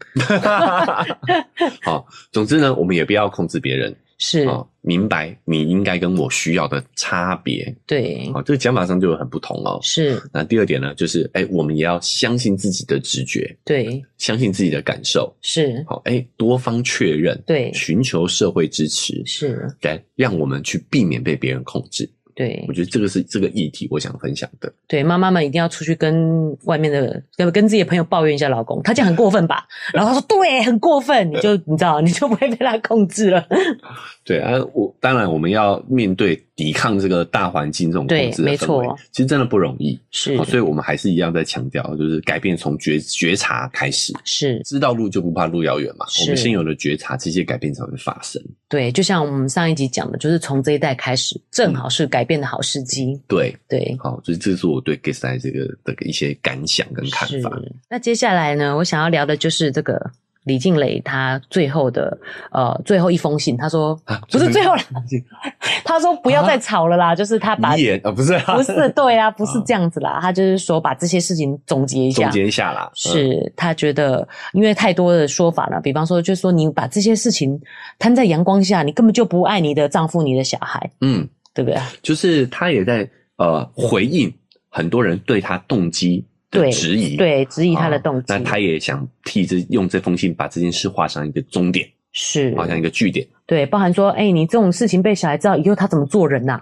Speaker 2: 好，总之呢，我们也不要控制别人
Speaker 1: 是，
Speaker 2: 啊、明白你应该跟我需要的差别
Speaker 1: 对
Speaker 2: 啊、，好这个讲法上就有很不同哦。
Speaker 1: 是，
Speaker 2: 那第二点呢，就是哎、我们也要相信自己的直觉，
Speaker 1: 对，
Speaker 2: 相信自己的感受。
Speaker 1: 是，
Speaker 2: 好，哎、多方确认，
Speaker 1: 对
Speaker 2: 寻求社会支持，
Speaker 1: 是，
Speaker 2: 来让我们去避免被别人控制。
Speaker 1: 对
Speaker 2: 我，觉得这个是这个议题，我想分享的。
Speaker 1: 对，妈妈们一定要出去跟外面的，跟跟自己的朋友抱怨一下老公，他这样很过分吧？然后他说对，很过分，你就你知道，你就不会被他控制了。
Speaker 2: 对啊，我当然我们要面对抵抗这个大环境这种
Speaker 1: 对
Speaker 2: 控制的
Speaker 1: 没
Speaker 2: 氛围
Speaker 1: 错，
Speaker 2: 其实真的不容易。
Speaker 1: 是
Speaker 2: 好所以我们还是一样在强调，就是改变从觉觉察开始，
Speaker 1: 是，
Speaker 2: 知道路就不怕路遥远嘛。
Speaker 1: 是
Speaker 2: 我们先有了觉察，这些改变才会发生。
Speaker 1: 对，就像我们上一集讲的，就是从这一代开始，正好是改变的好时机。
Speaker 2: 对，
Speaker 1: 对，
Speaker 2: 好，所以这是我对 g a s i 这个的一些感想跟看
Speaker 1: 是
Speaker 2: 法。。
Speaker 1: 那接下来呢，我想要聊的就是这个李静蕾她最后的呃最后一封信，她说、
Speaker 2: 啊
Speaker 1: 不是最后啦， 她说不要
Speaker 2: 啊
Speaker 1: 再吵了啦，就是她把
Speaker 2: 遗言啊，不是 啊
Speaker 1: 不是 对啊，不是这样子啦，她就是说把这些事情总结一
Speaker 2: 总
Speaker 1: 下。
Speaker 2: 结一下啦，嗯
Speaker 1: 是他觉得，因为太多的说法了，比方说，就是说你把这些事情摊在阳光下，你根本就不爱你的丈夫、你的小孩，
Speaker 2: 嗯，
Speaker 1: 对不对？
Speaker 2: 就是他也在呃回应很多人对他动机的
Speaker 1: 对
Speaker 2: 质疑，
Speaker 1: 对，质疑他的动机，
Speaker 2: 哦那他也想替这用这封信把这件事画上一个终点，
Speaker 1: 是
Speaker 2: 画上一个句点。
Speaker 1: 对，包含说，哎、你这种事情被小孩知道以后，他怎么做人呐、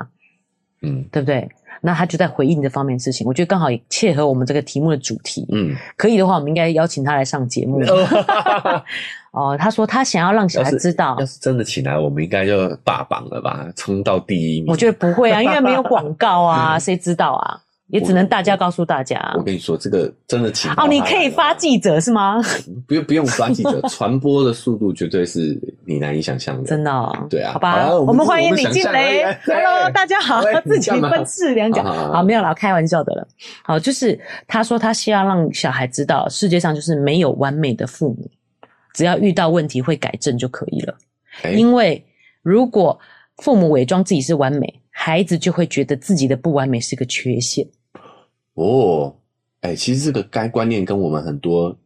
Speaker 2: 嗯
Speaker 1: 对不对？那他就在回应这方面的事情，我觉得刚好也切合我们这个题目的主题。
Speaker 2: 嗯，
Speaker 1: 可以的话，我们应该邀请他来上节 目。哦，他说他想要让小孩知道
Speaker 2: 哦要，是真的起来，我们应该就霸榜了吧，冲到第一 名。
Speaker 1: 我觉得不会 啊，因为没有广告啊，谁知道啊？也只能大家告诉大家。
Speaker 2: 嗯我跟你说，这个真的起来
Speaker 1: 哦，你可以发，记者是吗？
Speaker 2: 不用不用发记者，传播的速度绝对是你难以想象的。
Speaker 1: 真的、哦，
Speaker 2: 对啊
Speaker 1: 好吧，
Speaker 2: 好啊我们
Speaker 1: 我们欢迎李
Speaker 2: 我们
Speaker 1: 静
Speaker 2: 想象而已
Speaker 1: 蕾
Speaker 2: 哎。
Speaker 1: Hello，大家好
Speaker 2: 喂，
Speaker 1: 自己
Speaker 2: 你干嘛
Speaker 1: 分饰两角。
Speaker 2: 好好好
Speaker 1: 好，没有啦，开玩笑的了。好，就是他说他希望让小孩知道，世界上就是没有完美的父母，只要遇到问题会改正就可以了。
Speaker 2: 哎
Speaker 1: 因为如果父母伪装自己是完美，孩子就会觉得自己的不完美是个缺陷。
Speaker 2: 哦，哎、其实这个该观念跟我们很多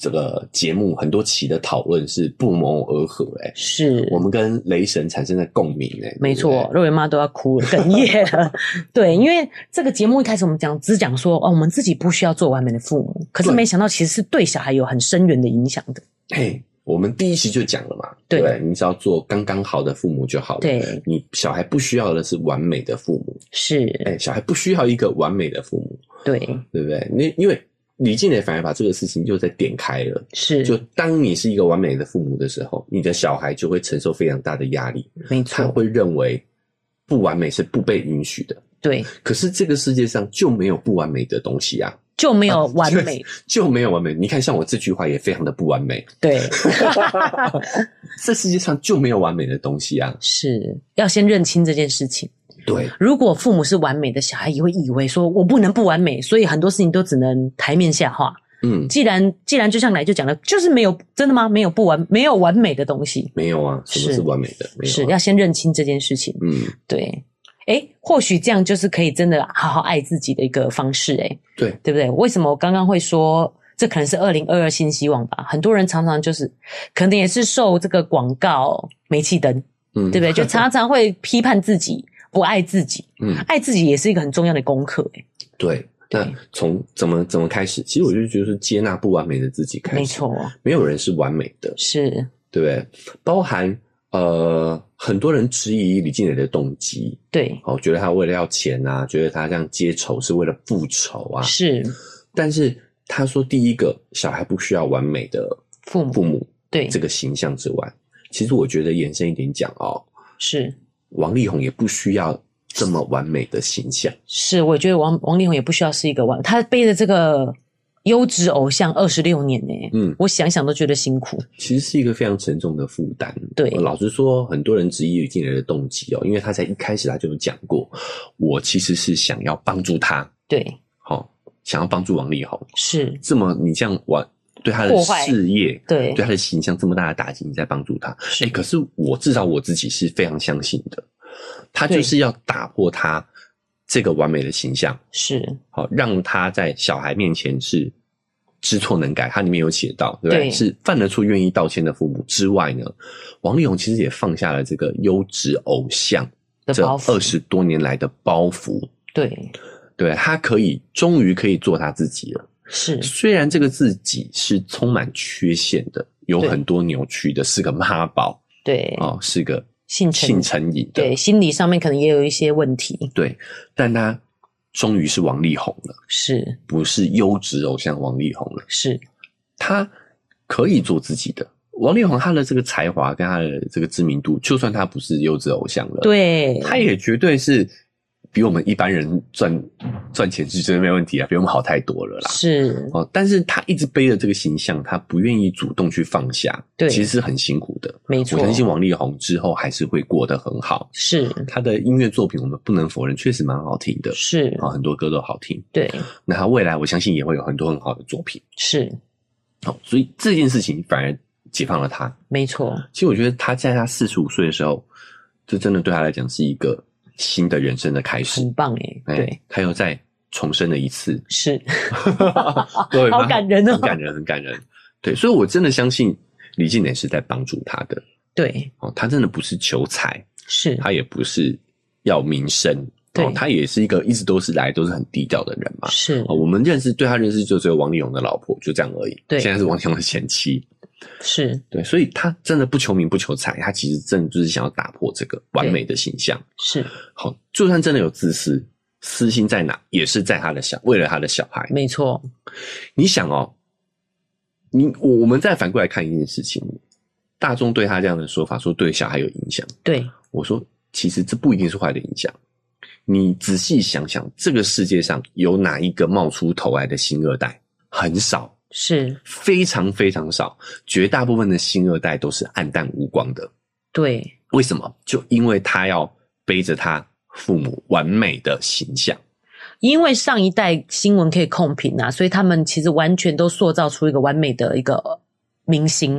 Speaker 2: 这个节目很多期的讨论是不谋而合、欸，哎，
Speaker 1: 是
Speaker 2: 我们跟雷神产生了共鸣、欸，哎，
Speaker 1: 没错，肉圆妈都要哭了，哽咽了。 对，因为这个节目一开始我们讲只讲说哦，我们自己不需要做完美的父母，可是
Speaker 2: 对
Speaker 1: 没想到其实是对小孩有很深远的影响的。
Speaker 2: 嘿，哎我们第一期就讲了嘛，
Speaker 1: 对
Speaker 2: 不你只要做刚刚好的父母就好了。
Speaker 1: 对，
Speaker 2: 你小孩不需要的是完美的父母，
Speaker 1: 是，
Speaker 2: 哎、小孩不需要一个完美的父母，
Speaker 1: 对，，
Speaker 2: 对不对？你因为李静蕾反而把这个事情又再点开了。就是当你是一个完美的父母的时候，你的小孩就会承受非常大的压力，
Speaker 1: 没
Speaker 2: 他
Speaker 1: 错，
Speaker 2: 会认为不完美是不被允许的。
Speaker 1: 对，
Speaker 2: 可是这个世界上就没有不完美的东西啊，
Speaker 1: 就没有完美，
Speaker 2: 就没有完美。你看，像我这句话也非常的不完美，
Speaker 1: 对，
Speaker 2: 这世界上就没有完美的东西啊。
Speaker 1: 是要先认清这件事情。
Speaker 2: 对，
Speaker 1: 如果父母是完美的，小孩也会以为说我不能不完美，所以很多事情都只能台面下化。
Speaker 2: 嗯，
Speaker 1: 既然既然就像来就讲了，就是没有真的吗？没有不完，没有完美的东西，
Speaker 2: 没有啊，什么是
Speaker 1: 是
Speaker 2: 完美的？没
Speaker 1: 是
Speaker 2: 有、啊。
Speaker 1: 要先认清这件事情。
Speaker 2: 嗯，
Speaker 1: 对，诶，或许这样就是可以真的好好爱自己的一个方式、诶，
Speaker 2: 对
Speaker 1: 对不对？为什么我刚刚会说这可能是二零二二新希望吧？很多人常常就是，可能也是受这个广告煤气灯，
Speaker 2: 嗯，
Speaker 1: 对不对？就常常会批判自己，不爱自己，
Speaker 2: 嗯，
Speaker 1: 爱自己也是一个很重要的功课、诶，
Speaker 2: 对。
Speaker 1: 对
Speaker 2: 那从怎么怎么开始？其实我就觉得是接纳不完美的自己开始。
Speaker 1: 没，错，
Speaker 2: 没有人是完美的，
Speaker 1: 是
Speaker 2: 对不对？包含呃，很多人质疑李静蕾的动机，
Speaker 1: 对，
Speaker 2: 哦，觉得他为了要钱啊，觉得他这样接仇是为了复仇啊。
Speaker 1: 是
Speaker 2: 但是他说，第一个小孩不需要完美的
Speaker 1: 父母
Speaker 2: 父母
Speaker 1: 对，
Speaker 2: 这个形象之外，其实我觉得延伸一点讲哦，
Speaker 1: 是。
Speaker 2: 王力宏也不需要这么完美的形象。
Speaker 1: 是，我觉得王王力宏也不需要是一个完，他背着这个优质偶像二十六年呢、
Speaker 2: 嗯，
Speaker 1: 我想想都觉得辛苦。
Speaker 2: 其实是一个非常沉重的负担。
Speaker 1: 对
Speaker 2: 呃老实说，很多人质疑李静蕾的动机哦，因为他在一开始他就有讲过，我其实是想要帮助他，
Speaker 1: 对，
Speaker 2: 好、想要帮助王力宏。
Speaker 1: 是，
Speaker 2: 这么你这样玩对他的
Speaker 1: 破坏
Speaker 2: 事业，
Speaker 1: 对，
Speaker 2: 对他的形象这么大的打击，你在帮助他。哎、可是我至少我自己是非常相信的，他
Speaker 1: 对
Speaker 2: 就是要打破他这个完美的形象，
Speaker 1: 是，
Speaker 2: 好、让他在小孩面前是知错能改。他里面有写到，对不对？
Speaker 1: 对
Speaker 2: 是犯得出愿意道歉的父母之外呢，王力宏其实也放下了这个优质偶像
Speaker 1: 的
Speaker 2: 这
Speaker 1: 包袱
Speaker 2: 二十多年来的包袱，
Speaker 1: 对，
Speaker 2: 对他可以终于可以做他自己了。
Speaker 1: 是，
Speaker 2: 虽然这个自己是充满缺陷的，有
Speaker 1: 对
Speaker 2: 很多扭曲的，是个妈宝
Speaker 1: 对，
Speaker 2: 哦，是个
Speaker 1: 性成
Speaker 2: 性成瘾的，
Speaker 1: 对，心理上面可能也有一些问题。
Speaker 2: 对但他终于是王力宏了，
Speaker 1: 是，
Speaker 2: 不是优质偶像王力宏了，
Speaker 1: 是，
Speaker 2: 他可以做自己的。王力宏他的这个才华跟他的这个知名度，就算他不是优质偶像了，，
Speaker 1: 对，
Speaker 2: 他也绝对是比我们一般人赚赚钱是绝对没问题啊，比我们好太多了啦。
Speaker 1: 是，
Speaker 2: 哦，但是他一直背着这个形象，他不愿意主动去放下，
Speaker 1: 对
Speaker 2: 其实是很辛苦的。
Speaker 1: 没
Speaker 2: 我
Speaker 1: 错，
Speaker 2: 相信王力宏之后还是会过得很好，
Speaker 1: 是，
Speaker 2: 他的音乐作品我们不能否认，确实蛮好听的，
Speaker 1: 是，
Speaker 2: 啊、很多歌都好听。
Speaker 1: 对，
Speaker 2: 那他未来我相信也会有很多很好的作品，
Speaker 1: 是，
Speaker 2: 好、所以这件事情反而解放了他。
Speaker 1: 没错，
Speaker 2: 其实我觉得他在他四十五岁的时候，这真的对他来讲是一个新的人生的开始
Speaker 1: 很。棒诶、
Speaker 2: 哎
Speaker 1: 对，，
Speaker 2: 他又再重生了一 次，
Speaker 1: 是，
Speaker 2: 对，
Speaker 1: 好
Speaker 2: 蛮
Speaker 1: 感人哦
Speaker 2: 很感人，很感人。对，所以我真的相信李静蕾是在帮助他的
Speaker 1: 对，
Speaker 2: 哦，他真的不是求财，
Speaker 1: 是，
Speaker 2: 他也不是要名声，
Speaker 1: 对
Speaker 2: 哦，他也是一个一直都是来都是很低调的人嘛。
Speaker 1: 是
Speaker 2: 哦，我们认识对他认识就只有王力宏的老婆，就这样而已。
Speaker 1: 对
Speaker 2: 现在是王力宏的前妻。
Speaker 1: 是
Speaker 2: 对，所以他真的不求名不求财，他其实真的就是想要打破这个完美的形象。
Speaker 1: 是，
Speaker 2: 好，就算真的有自私，私心在哪，也是在他的小，为了他的小孩。
Speaker 1: 没错，
Speaker 2: 你想哦，你我我们再反过来看一件事情，大众对他这样的说法说对小孩有影响，
Speaker 1: 对，
Speaker 2: 我说其实这不一定是坏的影响。你仔细想想，这个世界上有哪一个冒出头来的新二代？很少，
Speaker 1: 是，
Speaker 2: 非常非常少，绝大部分的新二代都是暗淡无光的。
Speaker 1: 对，
Speaker 2: 为什么？就因为他要背着他父母完美的形象。
Speaker 1: 因为上一代新闻可以控评啊，所以他们其实完全都塑造出一个完美的一个明星，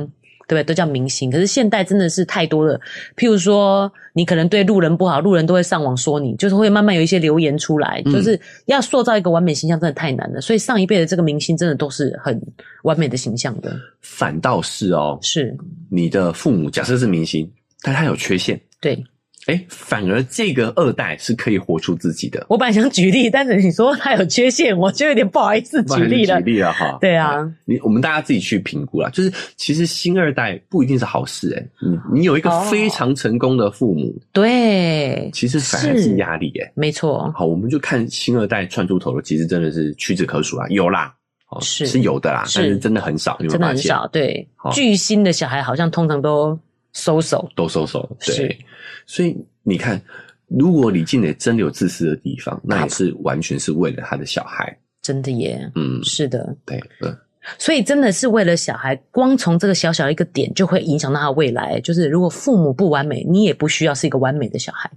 Speaker 1: 对不对？都叫明星。可是现代真的是太多了，譬如说你可能对路人不好，路人都会上网说你，就是会慢慢有一些留言出来，
Speaker 2: 嗯
Speaker 1: 就是要塑造一个完美形象真的太难了。所以上一辈的这个明星真的都是很完美的形象的，
Speaker 2: 反倒是哦，
Speaker 1: 是
Speaker 2: 你的父母假设是明星，但他有缺陷，
Speaker 1: 对。
Speaker 2: 哎，反而这个二代是可以活出自己的。
Speaker 1: 我本来想举例，但是你说他有缺陷，我就有点不好意思
Speaker 2: 不
Speaker 1: 举
Speaker 2: 然
Speaker 1: 例了。
Speaker 2: 举例了哈，
Speaker 1: 对啊，
Speaker 2: 你我们大家自己去评估啦。就是其实新二代不一定是好事哎、你你有一个
Speaker 1: 哦
Speaker 2: 非常成功的父母，
Speaker 1: 对，
Speaker 2: 其实反而
Speaker 1: 是
Speaker 2: 是压力哎、
Speaker 1: 没错，
Speaker 2: 好，我们就看新二代窜出头的，其实真的是屈指可数啦，有啦，哦
Speaker 1: 是
Speaker 2: 是有的啦，
Speaker 1: 是
Speaker 2: 但是真的很少，你有没
Speaker 1: 真
Speaker 2: 有
Speaker 1: 的
Speaker 2: 发
Speaker 1: 很
Speaker 2: 现？
Speaker 1: 少。对
Speaker 2: 好，
Speaker 1: 巨星的小孩好像通常都收手。
Speaker 2: 都收手，
Speaker 1: 是
Speaker 2: 对，所以你看，如果李静蕾真的有自私的地方，那
Speaker 1: 他
Speaker 2: 也是完全是为了他的小孩，
Speaker 1: 真的耶，
Speaker 2: 嗯，
Speaker 1: 是的，
Speaker 2: 对，嗯，
Speaker 1: 所以真的是为了小孩，光从这个小小一个点就会影响到他的未来。就是如果父母不完美，你也不需要是一个完美的小孩，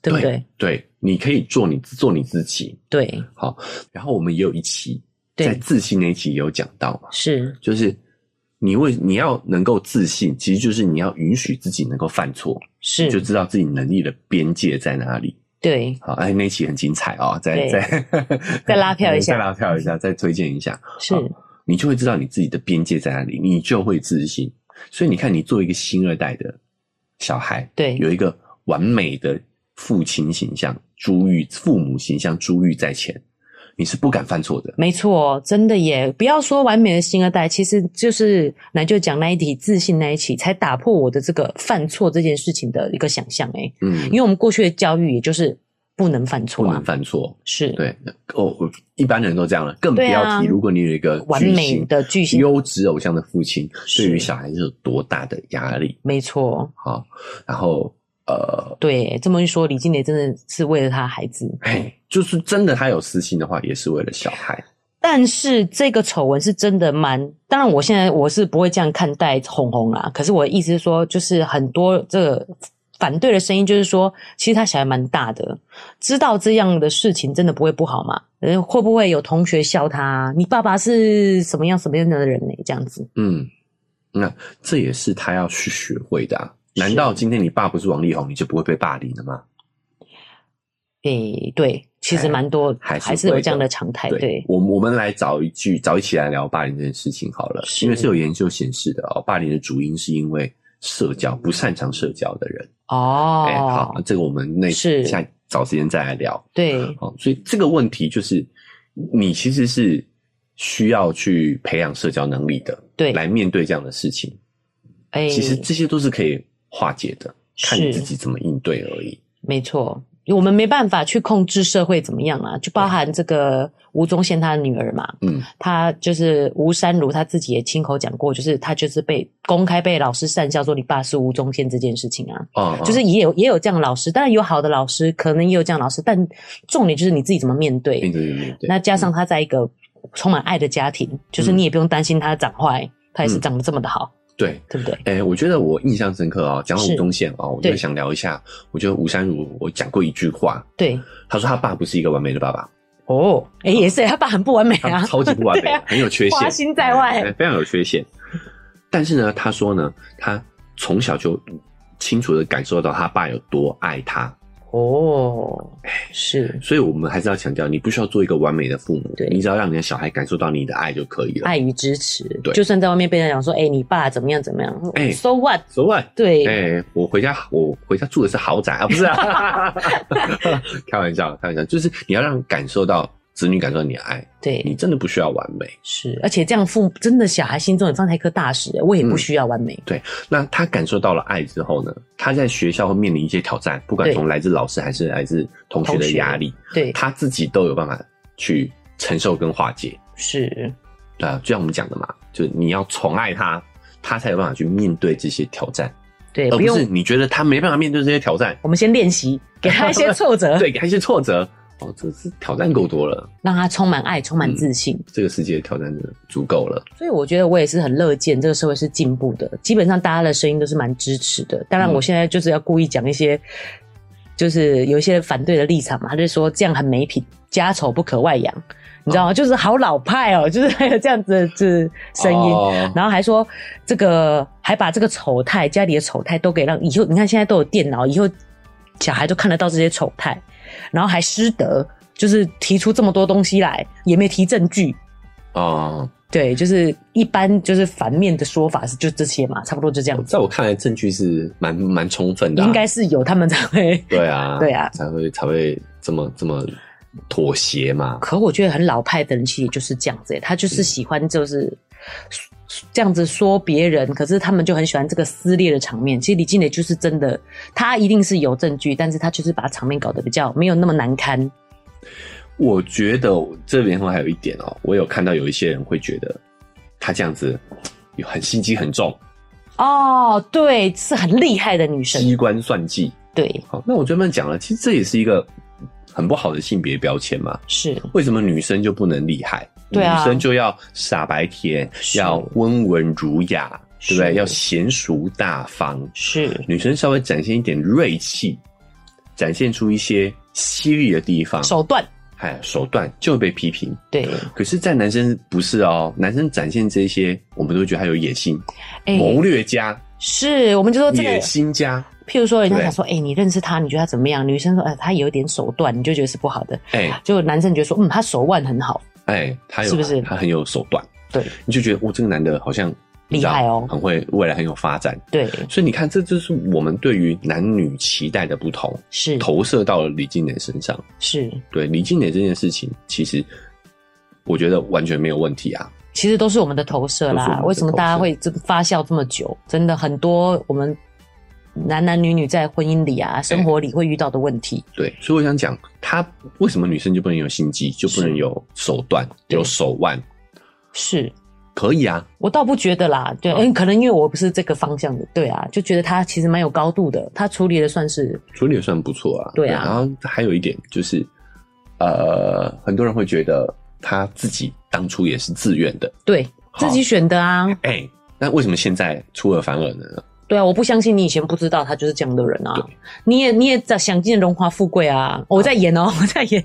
Speaker 1: 对不对？
Speaker 2: 对，你可以做你做你自己，
Speaker 1: 对，
Speaker 2: 好，然后我们也有一期
Speaker 1: 对
Speaker 2: 在自信那一期有讲到嘛，
Speaker 1: 是，
Speaker 2: 就是你为你要能够自信，其实就是你要允许自己能够犯错，
Speaker 1: 是，
Speaker 2: 就知道自己能力的边界在哪里。
Speaker 1: 对，
Speaker 2: 好，哎，那一期很精彩哦，再
Speaker 1: 对
Speaker 2: 再
Speaker 1: 再拉票一下
Speaker 2: 再拉票一下，再推荐一下，
Speaker 1: 是，
Speaker 2: 好你就会知道你自己的边界在哪里，你就会自信。所以你看，你做一个新二代的小孩，
Speaker 1: 对
Speaker 2: 有一个完美的父亲形象，珠玉父母形象珠玉在前，你是不敢犯错的。
Speaker 1: 没错，真的耶！不要说完美的新二代，其实就是奶就讲那一题自信那一期，才打破我的这个犯错这件事情的一个想象哎诶，
Speaker 2: 嗯
Speaker 1: 因，为我们过去的教育也就是不能犯
Speaker 2: 不
Speaker 1: 错啊
Speaker 2: 能，犯错。
Speaker 1: 是
Speaker 2: 对，哦，我一般人都这样了，更不
Speaker 1: 对啊
Speaker 2: 要提。如果你有一个
Speaker 1: 完
Speaker 2: 巨
Speaker 1: 美
Speaker 2: 星
Speaker 1: 的巨星，
Speaker 2: 优质偶像的父亲，
Speaker 1: 是
Speaker 2: 对于小孩子有多大的压力？
Speaker 1: 没错，
Speaker 2: 好，然后呃，
Speaker 1: 对，这么一说，李金雷真的是为了他的孩子，
Speaker 2: 嘿，就是真的他有私心的话，也是为了小孩。
Speaker 1: 但是这个丑闻是真的蛮……当然，我现在我是不会这样看待红红啦。可是我的意思是说，就是很多这个反对的声音，就是说，其实他小孩蛮大的，知道这样的事情真的不会不好嘛？呃，会不会有同学笑他？你爸爸是什么样什么样的人呢？这样子，
Speaker 2: 嗯，那这也是他要去学会的、啊。
Speaker 1: 是
Speaker 2: 难道今天你爸不是王力宏，你就不会被霸凌了吗？
Speaker 1: 诶、对，其实蛮多
Speaker 2: 哎还是
Speaker 1: 有
Speaker 2: 会
Speaker 1: 这样
Speaker 2: 的
Speaker 1: 的常态，哎对，
Speaker 2: 我我们来找一句，找一起来聊霸凌这件事情好了，
Speaker 1: 是
Speaker 2: 因为是有研究显示的哦，霸凌的主因是因为社交不擅长社交的人。
Speaker 1: 哦，
Speaker 2: 哎、好，这个我们那
Speaker 1: 是
Speaker 2: 下找时间再来聊。
Speaker 1: 对，
Speaker 2: 好，所以这个问题就是，你其实是需要去培养社交能力的，
Speaker 1: 对
Speaker 2: 来面对这样的事情。
Speaker 1: 哎，
Speaker 2: 其实这些都是可以化解的，看你
Speaker 1: 是
Speaker 2: 自己怎么应对而已。
Speaker 1: 没错，我们没办法去控制社会怎么样啊，就包含这个吴宗宪他的女儿嘛，
Speaker 2: 嗯，
Speaker 1: 她就是吴珊如，她自己也亲口讲过，就是她就是被公开被老师讪笑说你爸是吴宗宪这件事情啊，
Speaker 2: 哦，
Speaker 1: 就是也有也有这样的老师，当然有好的老师，可能也有这样的老师，但重点就是你自己怎么面对。
Speaker 2: 面对面对。嗯
Speaker 1: 那加上他在一个充满爱的家庭，就是你也不用担心他长坏，他
Speaker 2: 嗯
Speaker 1: 也是长得这么的好，
Speaker 2: 对，
Speaker 1: 对 不对？
Speaker 2: 哎、我觉得我印象深刻啊、哦，讲到
Speaker 1: 是
Speaker 2: 吴宗宪啊、哦，我
Speaker 1: 对
Speaker 2: 就想聊一下。我觉得吴山如，我讲过一句话，
Speaker 1: 对，
Speaker 2: 他说他爸不是一个完美的 爸爸，
Speaker 1: 哦，哎，也是，他爸很不完美啊
Speaker 2: 他，超级不完美
Speaker 1: 对
Speaker 2: 的，
Speaker 1: 啊
Speaker 2: 很有缺陷，
Speaker 1: 花心在外
Speaker 2: 哎非常有缺陷。但是呢，他说呢，他从小就清楚的感受到他爸有多爱他，
Speaker 1: 哦，是
Speaker 2: 所以我们还是要强调，你不需要做一个完美的父母
Speaker 1: 对，
Speaker 2: 你只要让你的小孩感受到你的爱就可以了。
Speaker 1: 爱与支持，
Speaker 2: 哎对
Speaker 1: 就算在外面被人家讲说，哎，你爸怎么样怎么样
Speaker 2: 哎
Speaker 1: ，so what？
Speaker 2: 所谓，
Speaker 1: 对，
Speaker 2: 哎、我回家，我回家住的是豪宅 啊，不是啊， 开玩笑，开玩笑，就是你要让感受到子女感受到你的爱，
Speaker 1: 对，
Speaker 2: 你真的不需要完美。
Speaker 1: 是，而且这样父真的小孩心中也放下一颗大石，
Speaker 2: 嗯
Speaker 1: 我也不需要完美，
Speaker 2: 那他感受到了爱之后呢，他在学校会面临一些挑战，不管
Speaker 1: 对
Speaker 2: 从来自老师还是来自同学
Speaker 1: 同
Speaker 2: 的
Speaker 1: 学
Speaker 2: 压力，
Speaker 1: 对，
Speaker 2: 他自己都有办法去承受跟化解。
Speaker 1: 是
Speaker 2: 对啊，就像我们讲的嘛，就是你要宠爱他，他才有办法去面对这些挑战，
Speaker 1: 对，
Speaker 2: 而
Speaker 1: 哎不
Speaker 2: 不是
Speaker 1: 用，
Speaker 2: 你觉得他没办法面对这些挑战，
Speaker 1: 我们先练习，给他一些挫折，
Speaker 2: 对，给他一些挫折。哦，这是挑战够多了，
Speaker 1: 让他充满爱，充满自信。
Speaker 2: 这个世界的挑战真的足够了。
Speaker 1: 所以我觉得我也是很乐见这个社会是进步的，基本上大家的声音都是蛮支持的。当然，
Speaker 2: 嗯
Speaker 1: 我现在就是要故意讲一些，就是有一些反对的立场嘛，他就说这样很没品，家丑不可外扬。你
Speaker 2: 哦
Speaker 1: 知道吗？就是好老派哦，就是还有这样子的就是声音。
Speaker 2: 哦
Speaker 1: 然后还说这个还把这个丑态家里的丑态都给让以后你看现在都有电脑，以后小孩都看得到这些丑态，然后还师德，就是提出这么多东西来，也没提证据。
Speaker 2: 哦，
Speaker 1: 对，就是一般就是反面的说法是就这些嘛，差不多就这样子，
Speaker 2: 在我看来，证据是蛮蛮充分的啊、
Speaker 1: 应该是有他们才会。
Speaker 2: 对啊，
Speaker 1: 对啊
Speaker 2: 才会才会这么这么妥协嘛。
Speaker 1: 可我觉得很老派的人其实就是这样子、欸，他就是喜欢就是这样子说别人，可是他们就很喜欢这个撕裂的场面。其实李静蕾就是真的，他一定是有证据，但是他就是把场面搞得比较没有那么难堪。
Speaker 2: 我觉得这边还有一点哦，我有看到有一些人会觉得他这样子有很心机很重，
Speaker 1: 哦，对，是很厉害的女生，
Speaker 2: 机关算计。
Speaker 1: 对，
Speaker 2: 好，那我专门讲了，其实这也是一个很不好的性别标签嘛。
Speaker 1: 是
Speaker 2: 为什么女生就不能厉害？
Speaker 1: 对啊
Speaker 2: 女生就要傻白甜，
Speaker 1: 是
Speaker 2: 要温文儒雅，对不对？
Speaker 1: 是
Speaker 2: 要娴熟大方。
Speaker 1: 是，
Speaker 2: 女生稍微展现一点锐气，展现出一些犀利的地方，
Speaker 1: 手段
Speaker 2: 哎手段就会被批评。
Speaker 1: 对，
Speaker 2: 可是，在男生不是哦，男生展现这些，我们都会觉得他有野心、
Speaker 1: 哎、
Speaker 2: 谋略家、
Speaker 1: 是，我们就说哦这个
Speaker 2: 野心家。
Speaker 1: 譬如说，人家
Speaker 2: 对
Speaker 1: 想说，哎、你认识他，你觉得他怎么样？女生说，呃，他有一点手段，你就觉得是不好的。
Speaker 2: 哎、
Speaker 1: 就男生觉得说，嗯，他手腕很好，
Speaker 2: 哎、他有
Speaker 1: 是不是
Speaker 2: 他很有手段，
Speaker 1: 对
Speaker 2: 你就觉得哇，哦这个男的好像
Speaker 1: 厉害哦
Speaker 2: 你知道很会未来很有发展。
Speaker 1: 对，
Speaker 2: 所以你看，这就是我们对于男女期待的不同，
Speaker 1: 是
Speaker 2: 投射到了李金磊身上。
Speaker 1: 是，
Speaker 2: 对李金磊这件事情，其实我觉得完全没有问题啊。
Speaker 1: 其实都是我们的投射
Speaker 2: 都是我们
Speaker 1: 啦。
Speaker 2: 的
Speaker 1: 为什么大家会这发酵这么久？真的很多我们男男女女在婚姻里
Speaker 2: 哎
Speaker 1: 啊、生活里会遇到的问题，
Speaker 2: 对，所以我想讲，他为什么女生就不能有心机，就不能有手段、
Speaker 1: 对
Speaker 2: 有手腕？
Speaker 1: 是
Speaker 2: 可以啊，
Speaker 1: 我倒不觉得啦。对，
Speaker 2: 嗯
Speaker 1: 嗯，可能因为我不是这个方向的，对啊，就觉得他其实蛮有高度的，他处理的算是
Speaker 2: 处理也算不错啊。
Speaker 1: 对啊
Speaker 2: 然后还有一点就是，呃，很多人会觉得他自己当初也是自愿的，
Speaker 1: 对
Speaker 2: 好
Speaker 1: 自己选的啊。
Speaker 2: 哎、那为什么现在出尔反尔呢？
Speaker 1: 对啊，我不相信你以前不知道他就是这样的人啊！你也你也在想尽荣华富贵啊！我在演哦，我在演。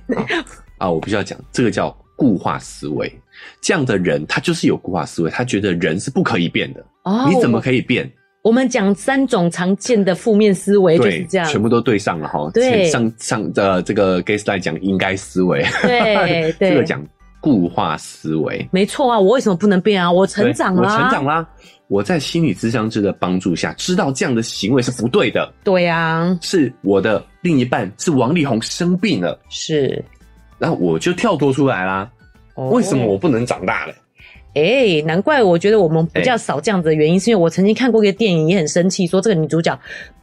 Speaker 2: 啊，我必须要讲，这个叫固化思维。这样的人，他就是有固化思维，他觉得人是不可以变的，
Speaker 1: 哦
Speaker 2: 你怎么可以变？
Speaker 1: 我们讲三种常见的负面思维哎就是这样，
Speaker 2: 全部都对上了哈。
Speaker 1: 对
Speaker 2: 前上上呃，这个 gay slide 讲应该思维，
Speaker 1: 对对
Speaker 2: 这个讲固化思维。
Speaker 1: 没错啊！我为什么不能变啊？我成
Speaker 2: 对
Speaker 1: 长啦、
Speaker 2: 我成长啦。我在心理咨商师的帮助下，知道这样的行为是不对的，
Speaker 1: 对啊，
Speaker 2: 是我的另一半是王力宏生病了，
Speaker 1: 是。
Speaker 2: 然后我就跳脱出来啦。
Speaker 1: 哦
Speaker 2: 为什么？我不能长大了？
Speaker 1: 哎、难怪我觉得我们比
Speaker 2: 哎
Speaker 1: 较少这样子的原因，是因为我曾经看过一个电影，也很生气，说这个女主角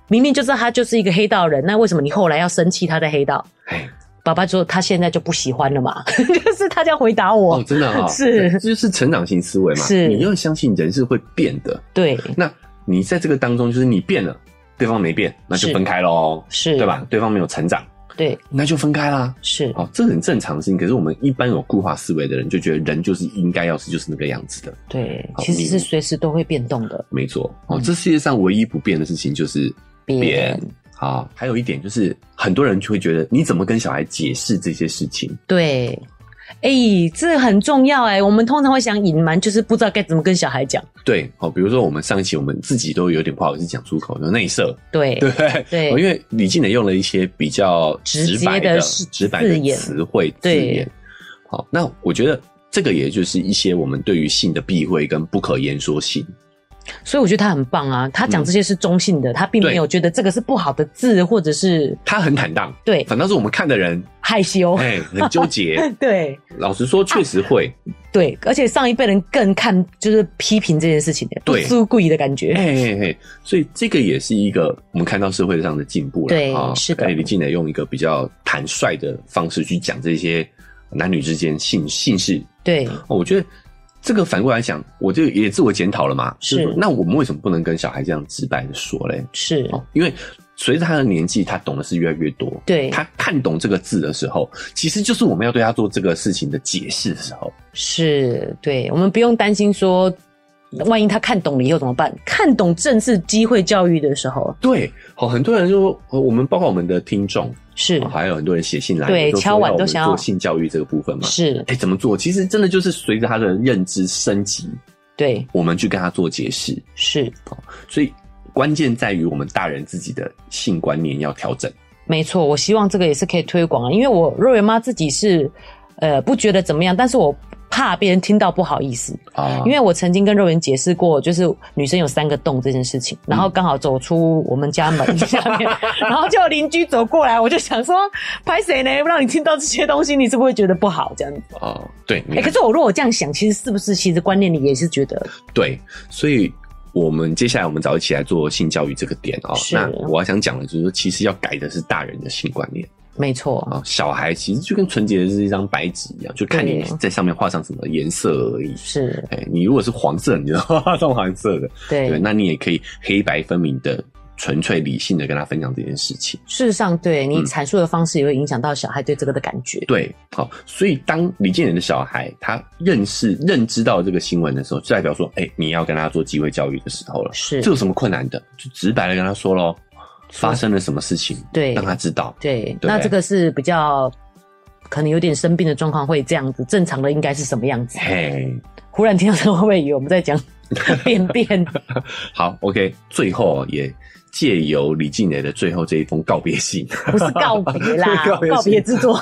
Speaker 1: 明明就知道她就是一个黑道人，那为什么你后来要生气她的黑道？
Speaker 2: 哎，
Speaker 1: 爸爸说他现在就不喜欢了嘛， 就是他这样回答我。
Speaker 2: 哦，真 的哈、
Speaker 1: 是
Speaker 2: 这就是成长型思维嘛。
Speaker 1: 是
Speaker 2: 你要相信人是会变的。
Speaker 1: 对，
Speaker 2: 那你在这个当中，就是你变了，对方没变，那就是分开喽，
Speaker 1: 是，
Speaker 2: 对？吧？对方没有成长，
Speaker 1: 对，
Speaker 2: 那就分开啦。
Speaker 1: 是，
Speaker 2: 哦，这很正常的事情。可是我们一般有固化思维的人，就觉得人就是应该要是就是那个样子的，
Speaker 1: 对，
Speaker 2: 好
Speaker 1: 其实
Speaker 2: 你
Speaker 1: 是随时都会变动的。
Speaker 2: 没错。哦，
Speaker 1: 嗯
Speaker 2: 这世界上唯一不变的事情就是
Speaker 1: 变
Speaker 2: 变。好、还有一点就是，很多人就会觉得你怎么跟小孩解释这些事情？
Speaker 1: 对，哎、这很重要哎、我们通常会想隐瞒，就是不知道该怎么跟小孩讲。
Speaker 2: 对，哦，比如说我们上一期我们自己都有点不好意思讲出口，有内射，
Speaker 1: 对，
Speaker 2: 对不对？
Speaker 1: 对
Speaker 2: 哦因为李静蕾用了一些比较直白的、
Speaker 1: 直接的
Speaker 2: 直白的
Speaker 1: 字眼
Speaker 2: 词汇字
Speaker 1: 对
Speaker 2: 眼。好，那我觉得这个也就是一些我们对于性的避讳跟不可言说性。
Speaker 1: 所以我觉得他很棒啊，他讲这些是中性的，他并
Speaker 2: 嗯对
Speaker 1: 没有觉得这个是不好的字，或者是
Speaker 2: 他很坦荡，
Speaker 1: 对
Speaker 2: 反倒是我们看的人，
Speaker 1: 害羞。。
Speaker 2: 哎、很纠结
Speaker 1: 对
Speaker 2: 老实说，确实 会，
Speaker 1: 对，而且上一辈人更看就是批评这件事情的，
Speaker 2: 对
Speaker 1: 不故意的感觉。
Speaker 2: 哎哎哎，所以这个也是一个我们看到社会上的进步了。
Speaker 1: 对
Speaker 2: 啊
Speaker 1: 是的
Speaker 2: 哎李静蕾用一个比较坦率的方式去讲这些男女之间性性事
Speaker 1: 对，
Speaker 2: 哦，我觉得这个反过来讲，我就也自我检讨了嘛。
Speaker 1: 是
Speaker 2: 就说那我们为什么不能跟小孩这样直白的说嘞？
Speaker 1: 是，
Speaker 2: 哦，因为随着他的年纪，他懂的是越来越多。
Speaker 1: 对
Speaker 2: 他看懂这个字的时候，其实就是我们要对他做这个事情的解释的时候。
Speaker 1: 是对，我们不用担心说万一他看懂了以后怎么办？看懂正是机会教育的时候，
Speaker 2: 对，好，很多人就说呃我们包括我们的听众，哦
Speaker 1: 是
Speaker 2: 还有很多人写信来，
Speaker 1: 对
Speaker 2: 都说
Speaker 1: 敲碗
Speaker 2: 要我
Speaker 1: 都
Speaker 2: 们
Speaker 1: 想要
Speaker 2: 做性教育这个部分嘛。
Speaker 1: 是，
Speaker 2: 哎，怎么做？其实真的就是随着他的认知升级，
Speaker 1: 对，
Speaker 2: 我们去跟他做解释。
Speaker 1: 是
Speaker 2: 所以关键在于我们大人自己的性观念要调整。
Speaker 1: 没错。我希望这个也是可以推广啊，因为我若元妈自己是呃不觉得怎么样，但是我怕别人听到不好意思，
Speaker 2: 啊，
Speaker 1: 因为我曾经跟肉圆解释过，就是女生有三个洞这件事情，然后刚好走出我们家门下面，然后就有邻居走过来，我就想说，拍谁呢？让你听到这些东西，你是不是会觉得不好？这样子。
Speaker 2: 啊，对，
Speaker 1: 哎、
Speaker 2: 你
Speaker 1: 可是我如果我这样想，其实是不是其实观念里也是觉得
Speaker 2: 对，所以我们接下来我们早一起来做性教育这个点哦。
Speaker 1: 是
Speaker 2: 那我要想讲的就是说，其实要改的是大人的性观念
Speaker 1: 没错，
Speaker 2: 啊、小孩其实就跟纯洁的是一张白纸一样，就看你
Speaker 1: 对
Speaker 2: 在上面画上什么颜色而已。
Speaker 1: 是
Speaker 2: 哎、你如果是黄色，你就 画上黄色的，
Speaker 1: 对。
Speaker 2: 对，那你也可以黑白分明的、纯粹理性的跟他分享这件事情。
Speaker 1: 事实上，对你
Speaker 2: 嗯
Speaker 1: 阐述的方式也会影响到小孩对这个的感觉。
Speaker 2: 对，好，所以当李建仁的小孩他认识、认知到这个新闻的时候，就代表说，哎、你要跟他做机会教育的时候了。
Speaker 1: 是
Speaker 2: 这有什么困难的？就直白的跟他说喽，
Speaker 1: 说
Speaker 2: 发生了什么事情，
Speaker 1: 对
Speaker 2: 让他知道。
Speaker 1: 对，
Speaker 2: 对
Speaker 1: 那这个是比较可能有点生病的状况会这样子，正常的应该是什么样子？
Speaker 2: 嘿，
Speaker 1: 忽然听到这个，会不会以为我们在 讲便便？
Speaker 2: 好，OK，最后也借由李静蕾的最后这一封告别信，
Speaker 1: 不是告别 啦，
Speaker 2: 信
Speaker 1: 告别之 作。，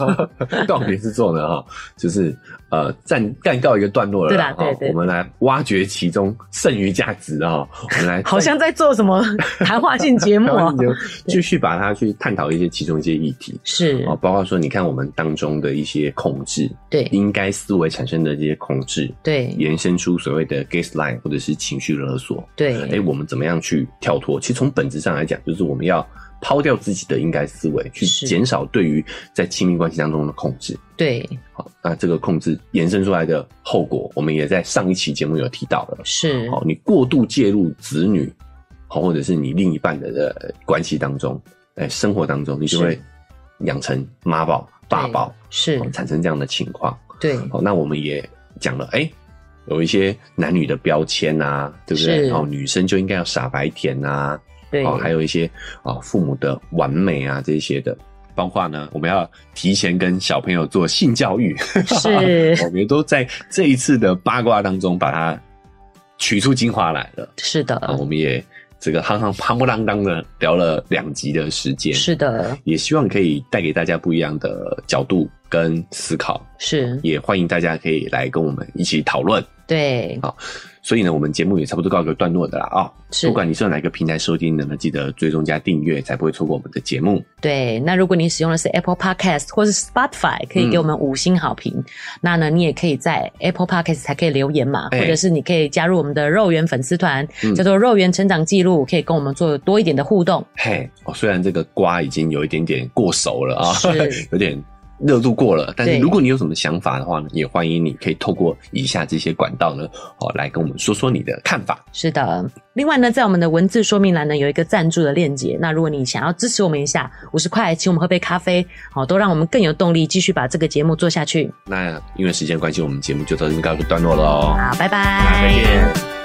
Speaker 2: 告别之作呢哈，就是呃暂暂告一个段落了啦，
Speaker 1: 对啦对
Speaker 2: 哈
Speaker 1: 对
Speaker 2: 我们来挖掘其中剩余价值啊，我们来
Speaker 1: 好像在做什么谈话性节目
Speaker 2: 台
Speaker 1: 啊
Speaker 2: 湾？就继续把它去探讨一些其中一些议题
Speaker 1: 是
Speaker 2: 啊，，包括说你看我们当中的一些控制，
Speaker 1: 对
Speaker 2: 应该思维产生的这些控制，
Speaker 1: 对
Speaker 2: 延伸出所谓的 gaslight 或者是情绪勒索。哎、
Speaker 1: 对，
Speaker 2: 我们怎么样去跳脱？其实从本质上来讲，就是我们要抛掉自己的应该思维，去
Speaker 1: 是
Speaker 2: 减少对于在亲密关系当中的控制。
Speaker 1: 对
Speaker 2: 好，那这个控制延伸出来的后果，我们也在上一期节目有提到了。
Speaker 1: 是，
Speaker 2: 好，你过度介入子女，好，或者是你另一半的呃关系当中，哎、生活当中，你就是会养成妈宝、爸
Speaker 1: 对
Speaker 2: 宝，
Speaker 1: 是
Speaker 2: 好，产生这样的情况。
Speaker 1: 对
Speaker 2: 好，那我们也讲了，哎、有一些男女的标签啊，对不对？
Speaker 1: 是
Speaker 2: 哦，女生就应该要傻白甜啊，
Speaker 1: 对
Speaker 2: 哦，还有一些哦父母的完美啊这些的，包括呢，我们要提前跟小朋友做性教育，
Speaker 1: 是
Speaker 2: 我们也都在这一次的八卦当中把它取出精华来了
Speaker 1: 是
Speaker 2: 啊、
Speaker 1: 的，
Speaker 2: 我们也这个夯夯夯不啷当的聊了两集的时间，
Speaker 1: 是的，
Speaker 2: 也希望可以带给大家不一样的角度跟思考。
Speaker 1: 是
Speaker 2: 也欢迎大家可以来跟我们一起讨论。
Speaker 1: 对
Speaker 2: 所以呢，我们节目也差不多告一个段落的啦啊、
Speaker 1: 是
Speaker 2: 不管你是用哪个平台收听的呢，记得追踪加订阅，才不会错过我们的节目。
Speaker 1: 对。那如果你使用的是 Apple Podcast 或是 Spotify，可以
Speaker 2: 嗯
Speaker 1: 给我们五星好评。那呢，你也可以在 Apple Podcast 才可以留言嘛，
Speaker 2: 哎
Speaker 1: 或者是你可以加入我们的肉圆粉丝团
Speaker 2: 嗯，
Speaker 1: 叫做肉圆成长记录，可以跟我们做多一点的互动。
Speaker 2: 嘿，哦，虽然这个瓜已经有一点点过熟了啊、
Speaker 1: 是
Speaker 2: 有点热度过了，但是
Speaker 1: 对
Speaker 2: 如果你有什么想法的话呢，也欢迎你可以透过以下这些管道呢，哦，来跟我们说说你的看法。
Speaker 1: 是的，另外呢，在我们的文字说明栏呢有一个赞助的链接。那如果你想要支持我们一下，五十块请我们喝杯咖啡，好、都让我们更有动力继续把这个节目做下去。
Speaker 2: 那因为时间关系，我们节目就到这边告一个段落喽，哦
Speaker 1: 好，拜拜，
Speaker 2: 大家再见。